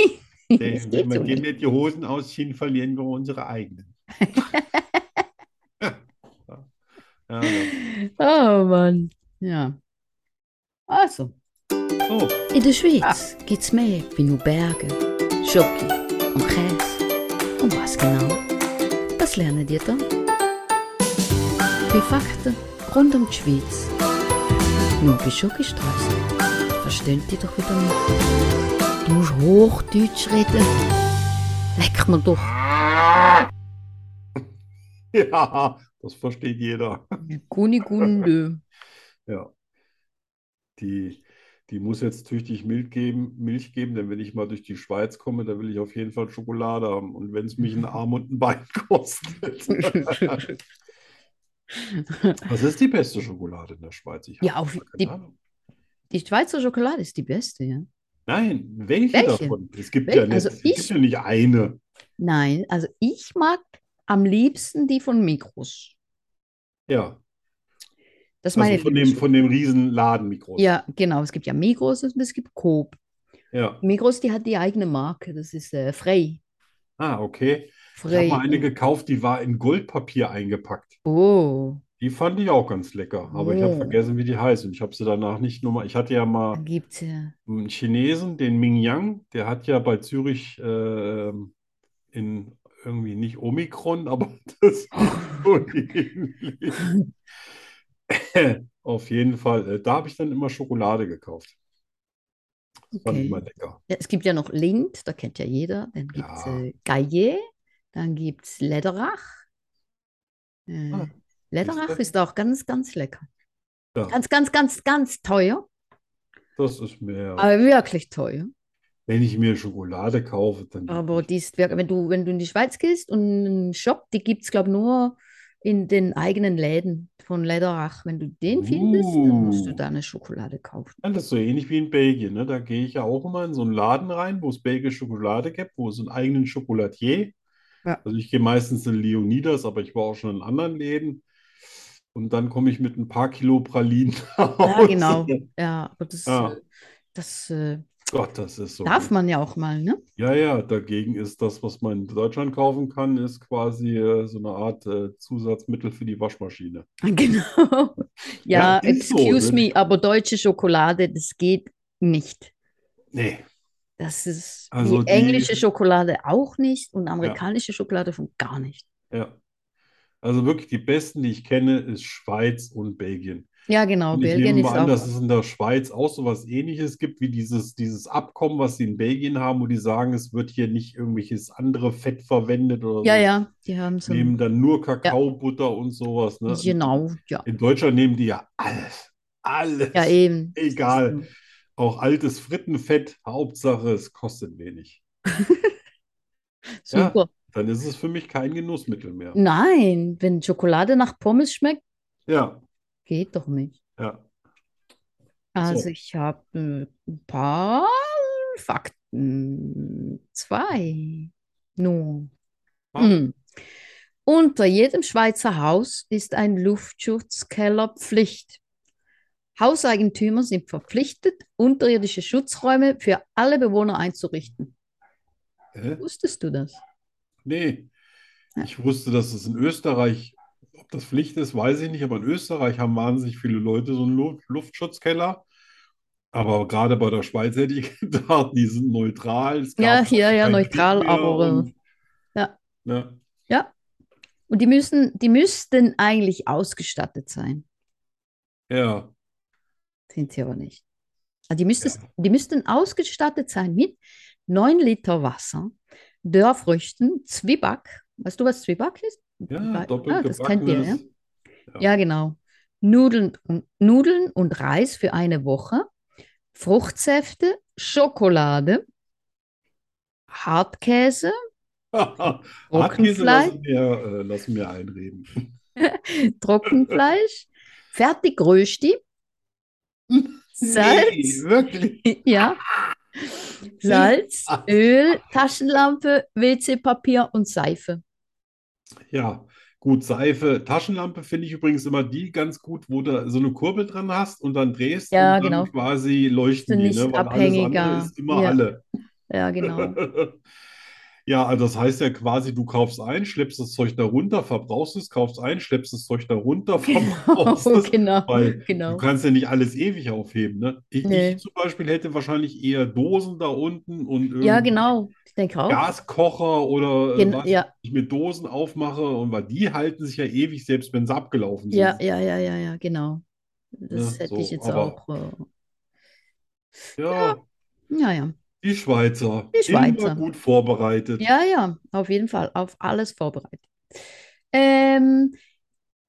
S1: wenn
S2: geht
S1: wir
S2: so
S1: dem
S2: nicht.
S1: nicht die Hosen ausziehen, verlieren wir unsere eigenen. ja, ja.
S2: Oh Mann. Ja. Also,
S1: Oh,
S3: In der Schweiz gibt's mehr wie nur Berge, Schoki und Käse. Und was genau? Das lernen ihr dann. Die Fakten rund um die Schweiz. Nur bei Schokistraße. Versteht ihr doch wieder nicht. Du musst Hochdeutsch reden. Leck mir doch.
S1: ja, das versteht jeder.
S2: Kunigunde.
S1: Ja. Die, die muss jetzt tüchtig Milch geben, Milch geben, denn wenn ich mal durch die Schweiz komme, da will ich auf jeden Fall Schokolade haben. Und wenn es mich einen Arm und ein Bein kostet. Was ist die beste Schokolade in der Schweiz? Ich
S2: Ja,
S1: habe
S2: auf-
S1: gar keine
S2: die-
S1: Ahnung.
S2: Die Schweizer Schokolade ist die beste, ja.
S1: Nein, welche
S2: Welche?
S1: davon? Es gibt
S2: Wel-
S1: ja nicht,
S2: also
S1: es gibt
S2: ich-
S1: ja nicht eine.
S2: Nein, also ich mag am liebsten die von Migros.
S1: Ja,
S2: Das ist
S1: also
S2: meine
S1: von dem,
S2: Lieblingsschokolade.
S1: von dem riesen Laden Migros.
S2: Ja, genau. Es gibt ja Migros und es gibt Coop.
S1: Ja.
S2: Migros, die hat die eigene Marke. Das ist äh, Frey.
S1: Ah, okay. Ich habe
S2: Frey.
S1: mal eine gekauft, die war in Goldpapier eingepackt.
S2: Oh,
S1: Die fand ich auch ganz lecker, aber ich habe
S2: Oh.
S1: vergessen, wie die heißt. Und ich habe sie danach nicht nochmal. Ich hatte ja mal
S2: dann gibt's äh, ja.
S1: einen Chinesen, den Ming Yang, der hat ja bei Zürich ähm, in irgendwie nicht Omikron, aber das so ähnlich. Auf jeden Fall. Äh, da habe ich dann immer Schokolade gekauft. Das fand ich
S2: Okay.
S1: immer lecker.
S2: Ja, es gibt ja noch Lind, da kennt ja jeder. Dann gibt's
S1: Ja.
S2: äh, Gaillet, dann gibt's Lederach. Äh,
S1: Ah,
S2: Lederach
S1: siehste.
S2: ist auch ganz, ganz lecker.
S1: Ja.
S2: Ganz, ganz, ganz, ganz teuer,
S1: Das ist mir,
S2: aber wirklich teuer.
S1: wenn ich mir Schokolade kaufe, dann
S2: Aber die ist wirklich, wenn du, wenn du in die Schweiz gehst und einen Shop, die gibt es, glaube ich, nur in den eigenen Läden von Lederach. Wenn du den findest, dann musst du
S1: Uh.
S2: da eine Schokolade kaufen.
S1: Ja, das ist so ähnlich wie in Belgien, ne? Da gehe ich ja auch immer in so einen Laden rein, wo es belgische Schokolade gibt, wo es einen eigenen Chocolatier.
S2: Ja.
S1: Also ich gehe meistens in Leonidas, aber ich war auch schon in anderen Läden. Und dann komme ich mit ein paar Kilo Pralinen
S2: Ja,
S1: raus.
S2: genau. Ja, aber das,
S1: Ja.
S2: äh, das äh,
S1: Gott, das ist Ah. so
S2: darf
S1: gut.
S2: man ja auch mal, ne?
S1: Ja, ja, dagegen ist das, was man in Deutschland kaufen kann, ist quasi äh, so eine Art äh, Zusatzmittel für die Waschmaschine.
S2: Genau.
S1: Ja,
S2: Ja,
S1: ist so,
S2: excuse
S1: ne?
S2: me, aber deutsche Schokolade, das geht nicht.
S1: Nee,
S2: Das ist die
S1: Also die-
S2: englische Schokolade auch nicht und amerikanische Schokolade von gar nicht.
S1: ja. Also wirklich die besten, die ich kenne, ist Schweiz und Belgien.
S2: Ja, genau.
S1: Und ich
S2: Belgien
S1: nehme mal
S2: ist
S1: an,
S2: auch.
S1: dass es in der Schweiz auch so was Ähnliches gibt, wie dieses, dieses Abkommen, was sie in Belgien haben, wo die sagen, es wird hier nicht irgendwelches andere Fett verwendet oder
S2: Ja,
S1: so.
S2: ja, die haben so.
S1: Nehmen dann nur Kakaobutter und sowas, ne?
S2: Genau, ja.
S1: In Deutschland nehmen die ja alles. Alles.
S2: Ja, eh. eben.
S1: Egal. Auch altes Frittenfett, Hauptsache, es kostet wenig.
S2: Super.
S1: Dann ist es für mich kein Genussmittel mehr.
S2: Nein, wenn Schokolade nach Pommes schmeckt,
S1: Ja,
S2: geht doch nicht.
S1: ja.
S2: Also
S1: So.
S2: ich habe äh, ein paar Fakten. Zwei. Nur.
S1: Ah.
S2: Hm. Unter jedem Schweizer Haus ist ein Luftschutzkeller Pflicht. Hauseigentümer sind verpflichtet, unterirdische Schutzräume für alle Bewohner einzurichten.
S1: Hä?
S2: Wusstest du das?
S1: Nee,
S2: Ja.
S1: ich wusste, dass es in Österreich, ob das Pflicht ist, weiß ich nicht, aber in Österreich haben wahnsinnig viele Leute so einen Lu Luftschutzkeller. Aber gerade bei der Schweiz hätte ich gedacht, die sind neutral. Es
S2: Ja,
S1: gab
S2: ja, ja,
S1: keinen Krieg
S2: neutral,
S1: mehr
S2: aber, äh,
S1: und,
S2: ja.
S1: ne,
S2: Und die müssen, die müssten eigentlich ausgestattet sein,
S1: ja,
S2: sind sie aber nicht. Also die, müsstest, die müssten ausgestattet sein mit 9 Liter Wasser, Dörrfrüchten, Zwieback. Weißt du, was Zwieback ist?
S1: ja,
S2: Ah,
S1: doppelt
S2: das kennt ihr, ja?
S1: gebackenes.
S2: Ja, genau. Nudeln und, Nudeln und Reis für eine Woche, Fruchtsäfte, Schokolade, Hartkäse, ne?
S1: Haha, Hartkäse
S2: Trockenfleisch,
S1: lassen wir, äh, lassen wir einreden.
S2: Trockenfleisch, Fertigrösti,
S1: Nee,
S2: Salz,
S1: wirklich.
S2: ja, Salz,
S1: Ah.
S2: Öl, Taschenlampe, WC-Papier und Seife.
S1: Ja, Gut, Seife, Taschenlampe finde ich übrigens immer die ganz gut, wo du so eine Kurbel dran hast und dann drehst
S2: Ja,
S1: und
S2: genau.
S1: dann quasi leuchten
S2: Sind
S1: die,
S2: nicht
S1: ne? Weil alles
S2: abhängiger.
S1: andere ist immer
S2: Ja.
S1: alle.
S2: Ja, genau.
S1: Ja, also das heißt ja quasi, du kaufst ein, schleppst das Zeug da runter, verbrauchst es, kaufst ein, schleppst das Zeug da runter, verbrauchst
S2: Genau,
S1: es.
S2: genau,
S1: Weil du
S2: genau.
S1: kannst ja nicht alles ewig aufheben, ne? Ich,
S2: Nee.
S1: ich zum Beispiel hätte wahrscheinlich eher Dosen da unten und
S2: Ja,
S1: irgendwie
S2: genau. Ich denke auch.
S1: Gaskocher oder äh,
S2: Gen-
S1: was
S2: ja,
S1: ich mit Dosen aufmache und weil die halten sich ja ewig, selbst wenn sie abgelaufen
S2: ja,
S1: sind.
S2: ja, ja, ja, ja, genau. Das
S1: Ja,
S2: hätte ich
S1: so,
S2: jetzt
S1: aber-
S2: auch. Äh,
S1: Ja,
S2: ja, ja.
S1: die Schweizer,
S2: Die Schweizer.
S1: immer gut vorbereitet.
S2: Ja, ja, auf jeden Fall, auf alles vorbereitet. Ähm,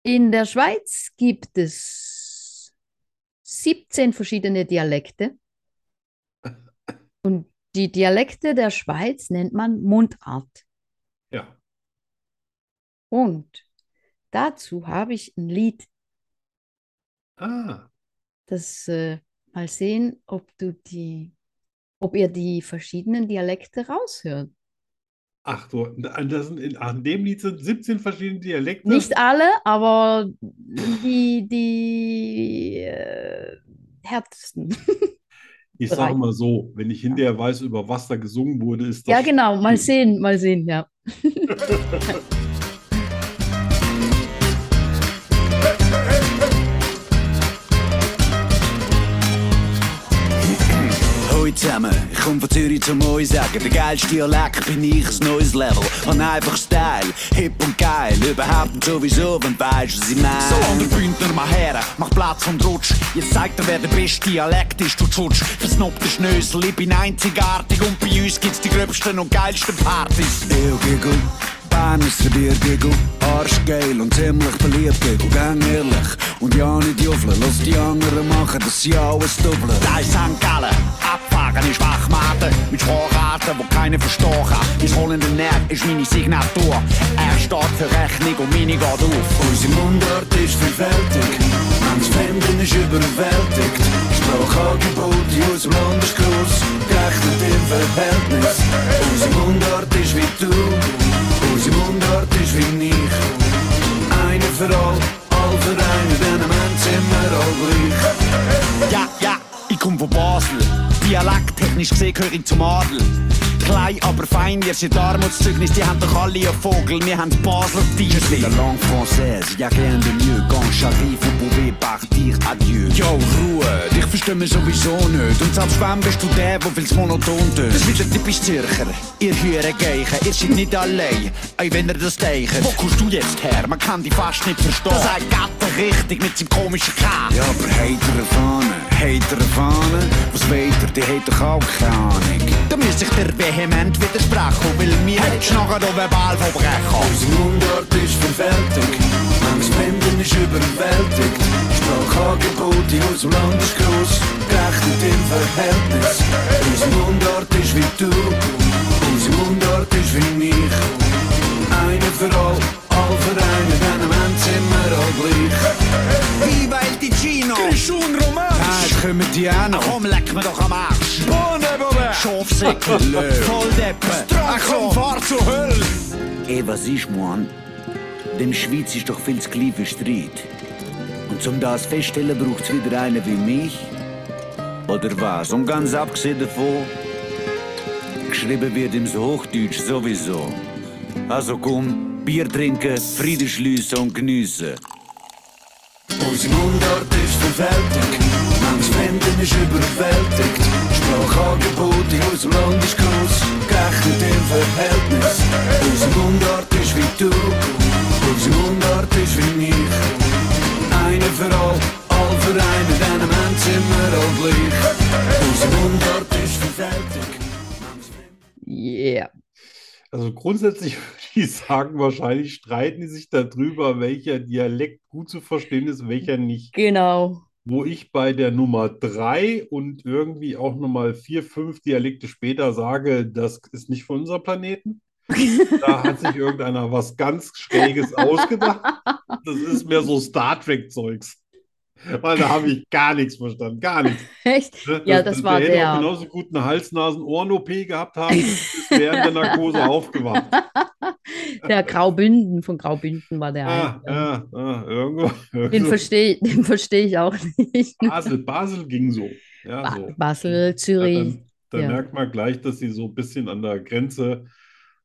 S2: in der Schweiz gibt es 17 verschiedene Dialekte. Und die Dialekte der Schweiz nennt man Mundart.
S1: Ja.
S2: Und dazu habe ich ein Lied,
S1: Ah,
S2: das äh, mal sehen, ob du die, ob ihr die verschiedenen Dialekte raushört.
S1: ach du, an, das sind, in, an dem Lied sind 17 verschiedene Dialekte.
S2: Nicht alle, aber die, die äh, härtesten.
S1: Ich sage
S2: bereit.
S1: mal so, wenn ich hinterher weiß, über was da gesungen wurde, ist das
S2: Ja, genau, mal
S1: schwierig.
S2: sehen, mal sehen, ja.
S5: Hoi zusammen, ich komm von Zürich zum euch sagen, der geilste Dialekt bin ich, ein neues Level. Und einfach Style, hip und geil, überhaupt und sowieso, wenn du weisst, was ich mein. So, an der Bündner mal her, mach Platz und rutsch. Jetzt zeigt er, wer der beste Dialekt ist, du Tschutsch. Versnobter Schnösel, ich bin einzigartig und bei uns gibt's die gröbsten und geilsten Partys. Eogigel, Beinmeister Biergigel, arschgeil und ziemlich beliebt, Gigel, gang ehrlich. Und ja, nicht juffeln, lass die anderen machen, dass sie alles doppeln. Nein, St. Gallen, abfahren ist Wachmaten, mit Spracharten, wo keiner verstochen. Mein rollender Nerv ist meine Signatur, er steht für Rechnung und meine geht auf. Unsere Mundart ist vielfältig, manches Fremden ist überwältigt. Sprachangebot in unserem Landeskurs, gerechnet im Verhältnis. Unsere Mundart ist wie du, unsere Mundart ist wie ich. Eine für all, all für einen, denn am Ende sind wir all gleich. Ja, ja, ich komme von Basel. Dialekttechnisch gesehen gehöre ich zum Adel. Klein, aber fein, ihr seid Armutszeugnis, die haben doch alle einen Vogel, wir haben Basler Tiefli. La langue française, ja rien de mieux, quand j'arrive, vous pouvez partir, adieu. Yo, Ruhe, dich verstehen wir sowieso nicht, und selbst wenn bist du der, wo viel's monoton tönt. Das wird der typisch Zürcher, ihr hören Geigen, ihr seid nicht allein, auch wenn ihr das teichen. Wo kommst du jetzt her? Man kann dich fast nicht verstehen. Das sagt Gatter richtig mit seinem komischen K. Ja, aber heitere Fahne, heitere Fahne, was weht er, die hat doch auch keine Ahnung. Da müsste ich dir vehement widersprechen, weil mir hättest du nachher noch verbal verbrechen. Unsere Mundart ist verwältigt, manches Wenden ist überwältigt. Sprachangebot in unserem Land ist gross, gerechnet im Verhältnis. Unsere Mundart ist wie du, unsere Mundart ist wie ich. Eine für all, all für einen, denn am Ende sind wir all gleich. Viva il Ticino! Grishun Romansch! Ah, jetzt kommen die auch noch. Komm, leck mir doch am Arsch! Bohne, Bobbe! Schafsäckel, Löw! Volldeppen! Ach komm, fahr zur Hölle! Ey, was ist, Mann? Dem Schweiz ist doch viel zu klein für Streit. Und zum das feststellen braucht's wieder einen wie mich. Oder was? Und ganz abgesehen davon, geschrieben wird im Hochdeutsch sowieso. Also komm, Bier trinken, Frieden schliessen und geniessen. Unsere Mundart ist verwältigt, manches Fremden ist überwältigt. Sprachangebot in unserem Land ist gross, gerechnet im Verhältnis. Unsere Mundart ist wie du, unsere Mundart ist wie ich. Eine für all, all für einen, denn am Ende sind wir all gleich. Unsere Mundart ist verwältigt.
S2: Yeah.
S1: Also grundsätzlich würde ich sagen, wahrscheinlich streiten die sich darüber, welcher Dialekt gut zu verstehen ist, welcher nicht.
S2: Genau.
S1: Wo ich bei der Nummer 3 und irgendwie auch nochmal 4, 5 Dialekte später sage, das ist nicht von unserem Planeten. Da hat sich irgendeiner was ganz Schräges ausgedacht. Das ist mehr so Star Trek-Zeugs. Weil da habe ich gar nichts verstanden, gar nichts.
S2: Echt?
S1: Ne?
S2: Ja, das
S1: der
S2: war
S1: hätte
S2: der.
S1: auch genauso gut eine Hals-Nasen-Ohren-OP gehabt haben, ist während der Narkose aufgewacht.
S2: Der Graubünden von Graubünden war der
S1: Ah,
S2: eine.
S1: ah, ah, irgendwo.
S2: Den
S1: irgendwo.
S2: verstehe den versteh ich auch nicht.
S1: Basel, Basel ging so. Ja,
S2: Ba
S1: so. Hm.
S2: Basel, Zürich.
S1: dann dann
S2: ja.
S1: merkt man gleich, dass sie so ein bisschen an der Grenze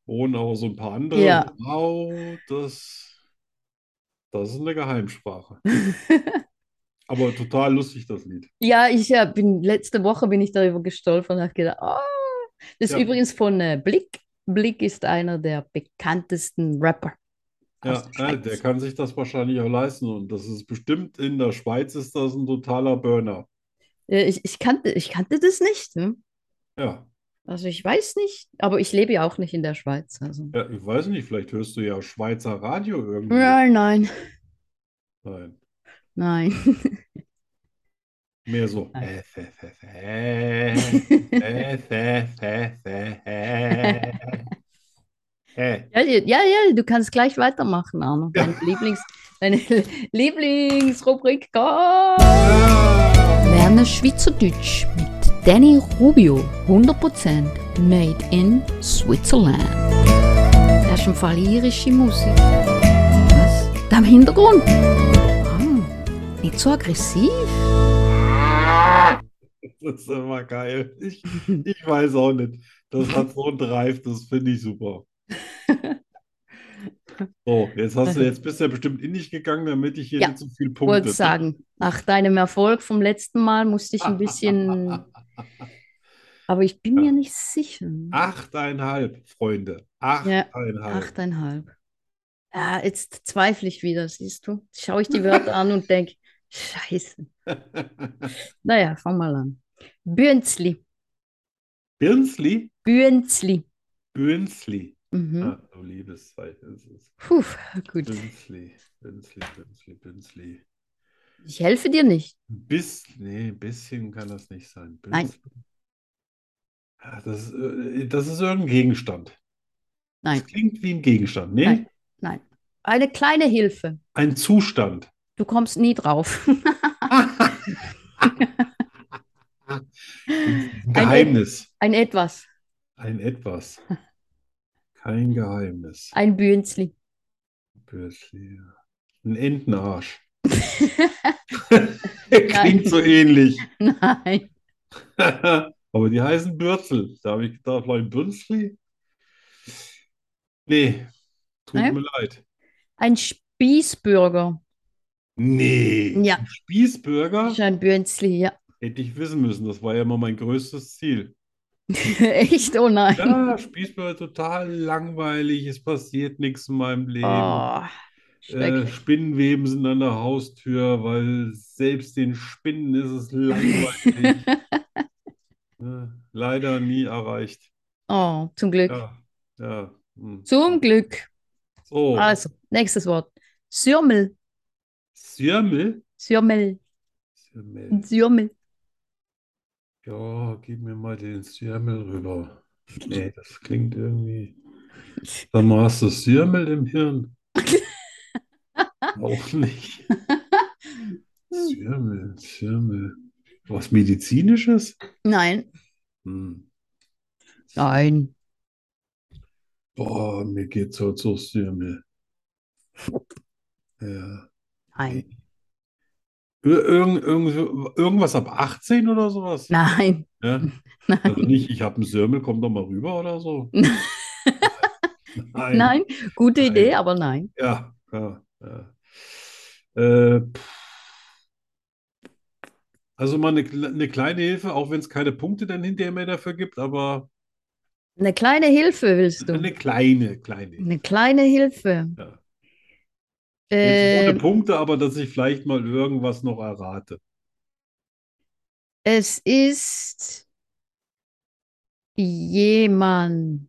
S1: wohnen, aber so ein paar andere.
S2: Ja.
S1: Wow, das, das ist eine Geheimsprache. Aber total lustig, das Lied.
S2: Ja, ich äh, bin letzte Woche bin ich darüber gestolpert und habe gedacht, oh, das ist
S1: Ja.
S2: übrigens von äh, Blick. Blick ist einer der bekanntesten Rapper aus
S1: Ja,
S2: der
S1: ja,
S2: Schweiz.
S1: der kann sich das wahrscheinlich auch leisten und das ist bestimmt in der Schweiz ist das ein totaler Burner.
S2: Äh, Ich, ich kannte, ich kannte das nicht. Hm?
S1: Ja,
S2: Also ich weiß nicht, aber ich lebe ja auch nicht in der Schweiz. Also.
S1: ja, ich weiß nicht, vielleicht hörst du ja Schweizer Radio irgendwo.
S2: Nein, nein,
S1: Nein,
S2: nein.
S1: mehr so.
S2: Nein.
S1: Äh, äh, äh, äh, äh, äh, äh.
S2: Ja, ja, ja, ja, du kannst gleich weitermachen, Arno.
S1: Ja.
S2: Deine Lieblings, deine Lieblingsrubrik kommt.
S3: Lerne Schweizerdeutsch mit Danny Rubio. 100% made in Switzerland. Das ist im Fall irische Musik. Was? Da im Hintergrund? Ah, nicht so aggressiv.
S1: Das ist immer geil. Ich, ich weiß auch nicht. Das hat so einen Drive, das finde ich super. So, jetzt hast du, jetzt bist du ja bestimmt in dich gegangen, damit ich hier
S2: Ja,
S1: nicht so viel
S2: wollte
S1: punkte.
S2: sagen, nach deinem Erfolg vom letzten Mal musste ich ein bisschen, aber ich bin mir nicht sicher.
S1: Ah. Achteinhalb, Freunde. Achteinhalb.
S2: Achteinhalb. Ja, jetzt zweifle ich wieder, siehst du. Jetzt Schaue ich die Wörter an und denke, scheiße. Naja, fang mal an. Bünzli,
S1: Birnsli?
S2: Bünzli.
S1: Birnsli.
S2: Mhm.
S1: Ah, du liebes Zeichen. Es ist
S2: Puh, gut.
S1: Birnsli, Birnsli, Birnsli, Birnsli.
S2: Ich helfe dir nicht.
S1: Bis, nee, ein bisschen kann das nicht sein.
S2: Nein.
S1: Birnsli. Ja, das, äh, das ist irgendein Gegenstand.
S2: Nein.
S1: Das klingt wie ein Gegenstand. Nee,
S2: Nein. Eine kleine Hilfe.
S1: ein Zustand.
S2: Du kommst nie drauf.
S1: Ein Geheimnis.
S2: Ein etwas,
S1: Ein Etwas. Kein Geheimnis.
S2: ein Bünzli.
S1: Birnsli. Ein Entenarsch. Klingt so ähnlich.
S2: Nein.
S1: Aber die heißen Bürzel. Da habe ich gedacht, vielleicht Bürzel? Nee, tut
S2: Nein?
S1: mir leid.
S2: Ein Spießbürger.
S1: Nee,
S2: Ja.
S1: ein Spießbürger
S2: Ist ein Bünzli, ja.
S1: hätte ich wissen müssen. Das war ja immer mein größtes Ziel.
S2: Echt? Oh nein.
S1: Ja, Spießbürger, total langweilig. Es passiert nichts in meinem Leben.
S2: Oh,
S1: Äh,
S2: schrecklich.
S1: Spinnenweben sind an der Haustür, weil selbst den Spinnen ist es langweilig. Ja, Leider nie erreicht.
S2: Oh, zum Glück.
S1: Ja, ja. hm.
S2: Zum Glück.
S1: So,
S2: Also, nächstes Wort. Sürmel.
S1: Sirmel?
S2: Sürmel.
S1: Sirmel.
S2: Sürmel.
S1: Ja, gib mir mal den Sirmel rüber. Nee, das klingt irgendwie. Sag mal, hast du Sirmel im Hirn? Auch nicht. Sirmel, Sirmel. Was Medizinisches?
S2: Nein.
S1: Hm.
S2: Nein.
S1: Boah, mir geht's heute so Sirmel. Ja.
S2: Nein.
S1: Ir irgend, irgend, irgendwas ab 18 oder sowas?
S2: Nein.
S1: Ja? Also nicht, ich habe einen Sirmel, komm doch mal rüber oder so. Nein.
S2: Nein. Gute
S1: Nein.
S2: Idee, aber nein.
S1: Ja, ja, ja. Äh, pff. also mal eine, kle- eine kleine Hilfe, auch wenn es keine Punkte dann hinterher mehr dafür gibt, aber
S2: Eine kleine Hilfe willst du.
S1: eine kleine, kleine Hilfe.
S2: Eine kleine Hilfe.
S1: Ja. Jetzt ohne
S2: Ähm,
S1: Punkte, aber dass ich vielleicht mal irgendwas noch errate.
S2: es ist jemand.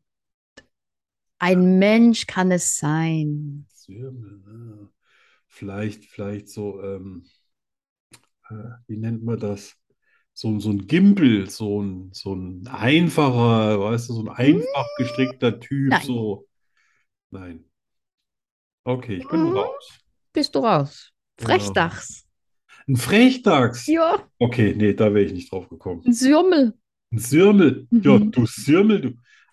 S2: Ein Mensch kann es sein.
S1: Sirmel, ja. ne? Vielleicht, vielleicht so, ähm, äh, wie nennt man das? So, ein- so ein Gimbel, so ein, so ein einfacher, weißt du, so ein einfach gestrickter Typ,
S2: Nein.
S1: so. Nein. Okay, ich bin
S2: Mhm.
S1: raus.
S2: Bist du raus? Frechdachs.
S1: Ein Frechdachs.
S2: Ja,
S1: Okay, nee, da wäre ich nicht drauf gekommen.
S2: ein Sürmel.
S1: Ein Sirmel. Ja,
S2: Mhm.
S1: du Sirmel, du.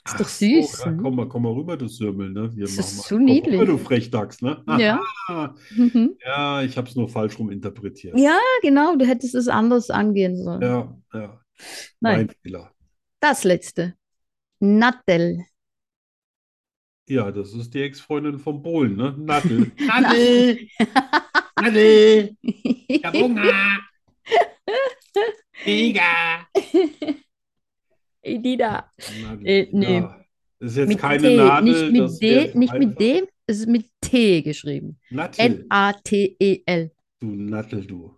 S2: Ist doch süß.
S1: ja,
S2: ne?
S1: komm mal, komm mal rüber, du Sürmel, ne? Wir
S2: Das
S1: machen
S2: ist
S1: mal-
S2: so
S1: komm
S2: niedlich.
S1: Rüber, du Frechdachs, ne?
S2: Ja.
S1: Ah,
S2: Mhm.
S1: ja, ich habe es nur falsch rum interpretiert.
S2: Ja, genau, du hättest es anders angehen sollen.
S1: Ja, ja.
S2: Nein,
S1: Mein Fehler.
S2: das letzte. Nattel.
S1: Ja, das ist die Ex-Freundin von Bohlen, ne? Nadel.
S2: Nadel.
S1: Nadel!
S2: Idida.
S1: Nadel.
S2: Äh, nee.
S1: Ja. Das ist jetzt
S2: Mit
S1: keine
S2: T,
S1: Nadel,
S2: nicht mit
S1: das
S2: D,
S1: wär zu
S2: nicht mit
S1: einfach.
S2: D, es ist mit T geschrieben.
S1: Nattel,
S2: N-A-T-E-L.
S1: du Nattel, du.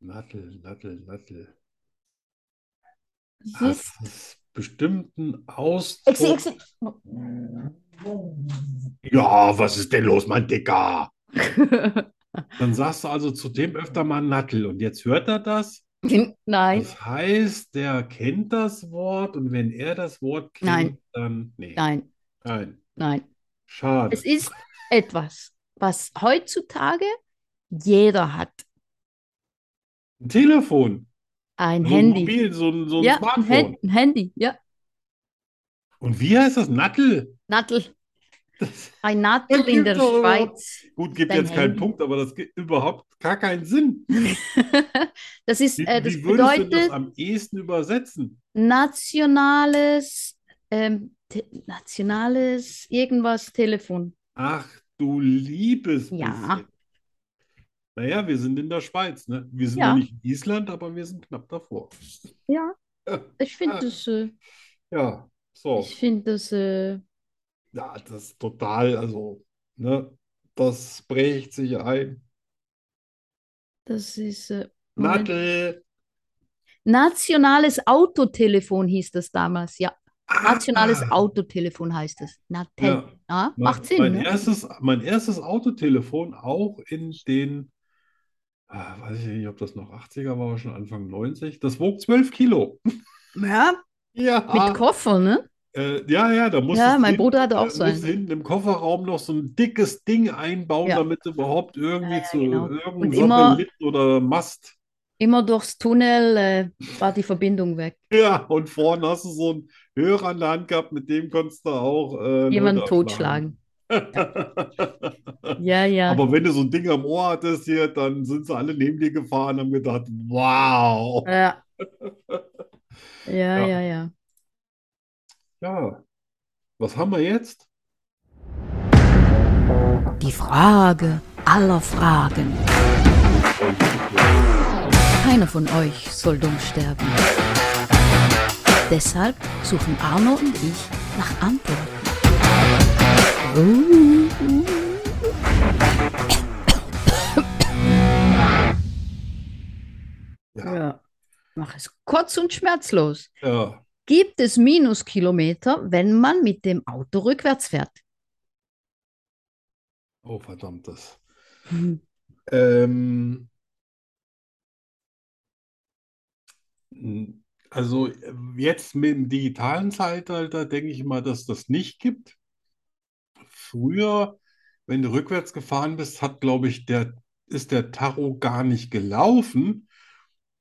S1: Nattel, Nattel, Nattel.
S2: Was?
S1: Das ist bestimmten Ausdruck.
S2: Exi, exi.
S1: Ja, was ist denn los, mein Dicker? Dann sagst du also zu dem öfter mal Nattel und jetzt hört er das.
S2: Nein,
S1: Das heißt, der kennt das Wort und wenn er das Wort kennt,
S2: Nein.
S1: dann nee,
S2: nein,
S1: nein,
S2: nein.
S1: schade.
S2: Es ist etwas, was heutzutage jeder hat.
S1: Ein Telefon,
S2: Ein
S1: so ein
S2: Handy.
S1: Mobil, so ein, so ein
S2: ja, ein,
S1: Smartphone.
S2: Hand- ein Handy, ja.
S1: Und wie heißt das? Nattel?
S2: Nadel.
S1: Das, genau.
S2: Ein Nadel in der
S1: Computer.
S2: Schweiz.
S1: gut, gibt
S2: Dein
S1: jetzt keinen
S2: Handy.
S1: Punkt, aber das gibt überhaupt gar keinen Sinn.
S2: Das ist,
S1: Wie,
S2: äh, das
S1: wie würdest du das
S2: bedeutet
S1: am ehesten übersetzen?
S2: nationales, ähm, te nationales irgendwas Telefon.
S1: Ach du liebes
S2: Ja.
S1: bisschen. Naja, wir sind in der Schweiz, ne? Wir sind
S2: Ja.
S1: noch nicht in Island, aber wir sind knapp davor.
S2: Ja.
S1: Ja.
S2: Ich finde das, äh,
S1: Ja, so.
S2: ich finde das, äh,
S1: Ja, das ist total, also, ne? Das bricht sich ein.
S2: das ist äh, Moment.
S1: Nadel.
S2: Nationales Autotelefon hieß das damals, ja. Nationales
S1: Ah,
S2: Autotelefon heißt es. Natel.
S1: Ja.
S2: Ja,
S1: Mein,
S2: macht Sinn,
S1: mein
S2: ne?
S1: erstes, mein erstes Autotelefon auch in den, ah, weiß ich nicht, ob das noch 80er war, aber schon Anfang 90. Das wog 12 Kilo.
S2: Ja.
S1: Ja.
S2: Mit Koffer, ne?
S1: Äh, ja, ja, da musstest
S2: Ja,
S1: du
S2: mein
S1: hinten,
S2: Bruder hatte
S1: da
S2: auch
S1: musst
S2: so einen.
S1: du äh, hinten im Kofferraum noch so ein dickes Ding einbauen,
S2: Ja.
S1: damit du überhaupt irgendwie
S2: Ja, ja,
S1: zu
S2: genau.
S1: irgendeinem
S2: Und immer-
S1: Satelliten oder Mast.
S2: Immer durchs Tunnel äh, war die Verbindung weg.
S1: Ja, und vorne hast du so einen Hörer an der Hand gehabt, mit dem konntest du auch äh, einen
S2: Jemanden
S1: Hund
S2: totschlagen.
S1: abschlagen.
S2: Ja, ja.
S1: Aber wenn du so ein Ding am Ohr hattest hier, dann sind sie alle neben dir gefahren und haben gedacht, wow.
S2: ja.
S1: Ja.
S2: Ja, ja, ja.
S1: Ja, was haben wir jetzt?
S3: Die Frage aller Fragen. Keiner von euch soll dumm sterben. Deshalb suchen Arno und ich nach Antworten.
S1: Ja,
S2: Ja. Mach es kurz und schmerzlos.
S1: ja.
S2: Gibt es Minuskilometer, wenn man mit dem Auto rückwärts fährt?
S1: Oh, verdammtes.
S2: Hm.
S1: Ähm, n- also äh, jetzt mit dem digitalen Zeitalter denke ich mal, dass das nicht gibt. Früher, wenn du rückwärts gefahren bist, hat, glaube ich, der, ist der Tacho gar nicht gelaufen.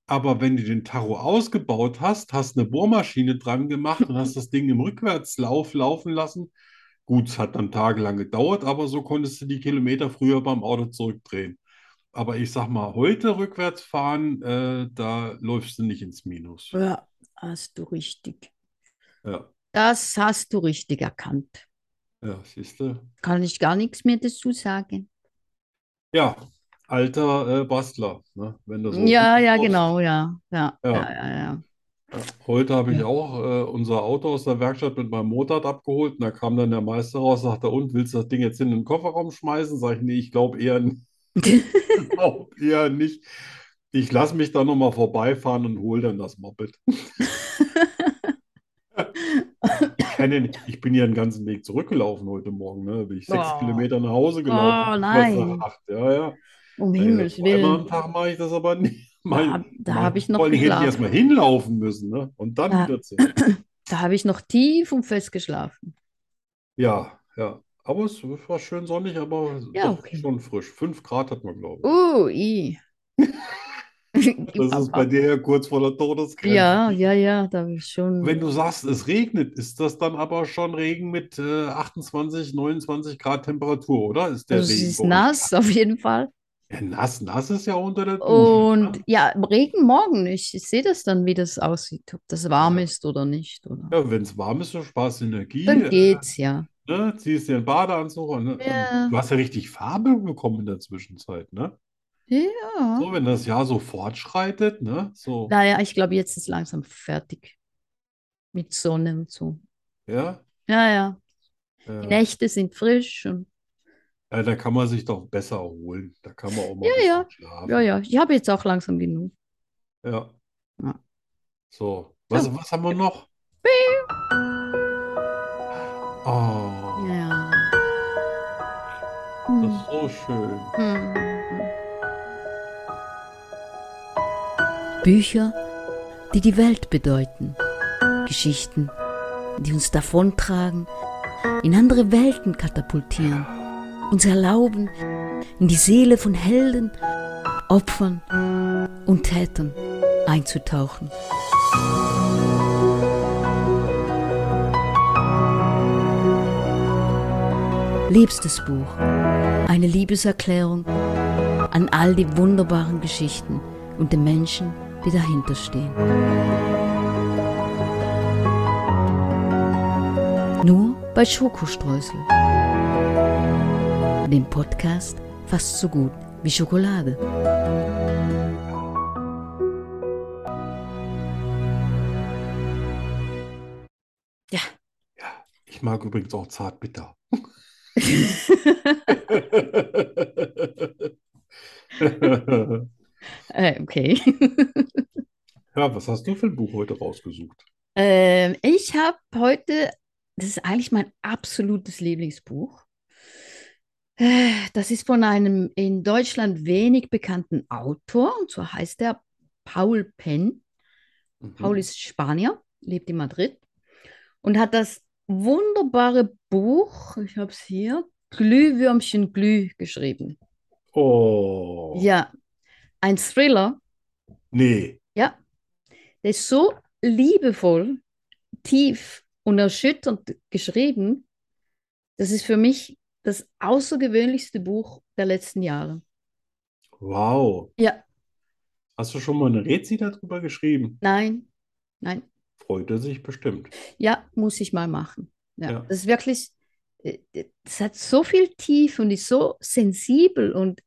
S1: Aber wenn du den Tacho ausgebaut hast, hast eine Bohrmaschine dran gemacht und hast das Ding im Rückwärtslauf laufen lassen. Gut, es hat dann tagelang gedauert, aber so konntest du die Kilometer früher beim Auto zurückdrehen. Aber ich sag mal, heute rückwärts fahren, äh, da läufst du nicht ins Minus.
S2: Ja, hast du richtig.
S1: Ja,
S2: Das hast du richtig erkannt.
S1: ja, siehst du.
S2: Kann ich gar nichts mehr dazu sagen.
S1: Ja, alter äh, Bastler, ne? Wenn du so
S2: Ja, ja,
S1: guckst.
S2: genau, ja. Ja,
S1: Ja.
S2: ja, ja, ja.
S1: Heute habe ich
S2: Ja.
S1: auch äh, unser Auto aus der Werkstatt mit meinem Motorrad abgeholt und da kam dann der Meister raus, sagte, und willst du das Ding jetzt in den Kofferraum schmeißen? Sag ich, nee, ich glaube eher, n- ich glaub eher nicht. Ich lasse mich da nochmal vorbeifahren und hole dann das Moped. Ich kann ja nicht, ich bin ja den ganzen Weg zurückgelaufen heute Morgen, ne? Bin ich sechs
S2: Oh.
S1: Kilometer nach Hause gelaufen.
S2: Oh,
S1: Kurz nach
S2: nein.
S1: acht, ja, ja.
S2: Um
S1: Ja,
S2: Himmels
S1: so Äh, einmal am
S2: Willen.
S1: Tag mache ich das aber nicht. Mein,
S2: hab- da
S1: mein,
S2: hab ich noch
S1: vor allen Dingen hätte ich
S2: geschlafen.
S1: erstmal hinlaufen müssen, ne? Und dann
S2: Ja.
S1: wieder zurück.
S2: Da habe ich noch tief und fest geschlafen.
S1: Ja, ja. Aber es war schön sonnig, aber
S2: Ja,
S1: doch
S2: okay.
S1: schon frisch. Fünf Grad hat man, glaube ich.
S2: Uh, i.
S1: Das ist bei dir ja kurz vor der Todesgrenze.
S2: Ja, ja, ja, da ist schon.
S1: Wenn du sagst, es regnet, ist das dann aber schon Regen mit äh, 28, 29 Grad Temperatur, oder? Ist der
S2: also es
S1: Regen
S2: ist
S1: bei euch-
S2: nass auf jeden Fall.
S1: Ja, nass, nass ist ja unter der Dusche.
S2: Und
S1: ne?
S2: ja, im Regen morgen. Ich, ich sehe das dann, wie das aussieht, ob das warm
S1: Ja.
S2: ist oder nicht. Oder?
S1: Ja, wenn es warm ist, dann sparst du Energie.
S2: Dann
S1: äh,
S2: geht's ja.
S1: Ne? Ziehst dir einen Badeanzug an. Ne?
S2: Ja.
S1: Du hast ja richtig Farbe bekommen in der Zwischenzeit, ne?
S2: Ja.
S1: So, wenn das Jahr so fortschreitet, ne? So,
S2: Naja, ich glaube, jetzt ist langsam fertig. Mit Sonne und so.
S1: ja.
S2: Ja, ja. Die
S1: Äh,
S2: Nächte sind frisch und
S1: äh, da kann man sich doch besser erholen. Da kann man auch mal
S2: Ja,
S1: besser
S2: ja.
S1: schlafen.
S2: ja, ja. Ich habe jetzt auch langsam genug.
S1: Ja.
S2: Ja.
S1: So, was, was haben wir noch? Oh,
S2: Ja.
S1: das
S2: Hm.
S1: ist so schön.
S2: Hm.
S3: Bücher, die die Welt bedeuten. Geschichten, die uns davontragen, in andere Welten katapultieren, uns erlauben, in die Seele von Helden, Opfern und Tätern einzutauchen. Liebstes Buch. Eine Liebeserklärung an all die wunderbaren Geschichten und den Menschen, die dahinter stehen. Nur bei Schokostreusel. Dem Podcast fast so gut wie Schokolade.
S1: Ich mag übrigens auch Zartbitter.
S2: Äh, okay.
S1: Ja, was hast du für ein Buch heute rausgesucht?
S2: Ähm, ich habe heute, das ist eigentlich mein absolutes Lieblingsbuch. Äh, Das ist von einem in Deutschland wenig bekannten Autor, und so heißt er Paul Penn.
S1: Mhm.
S2: Paul ist Spanier, lebt in Madrid und hat das wunderbare Buch, ich habe es hier, Glühwürmchen Glüh geschrieben.
S1: Oh,
S2: Ja, ein Thriller.
S1: nee.
S2: Ja, der ist so liebevoll, tief und erschütternd geschrieben. Das ist für mich das außergewöhnlichste Buch der letzten Jahre.
S1: Wow.
S2: Ja,
S1: Hast du schon mal eine Rezi darüber geschrieben?
S2: nein, nein,
S1: Freut er sich bestimmt.
S2: ja, muss ich mal machen. Ja,
S1: Ja.
S2: das ist wirklich, äh, das hat so viel Tiefe und ist so sensibel und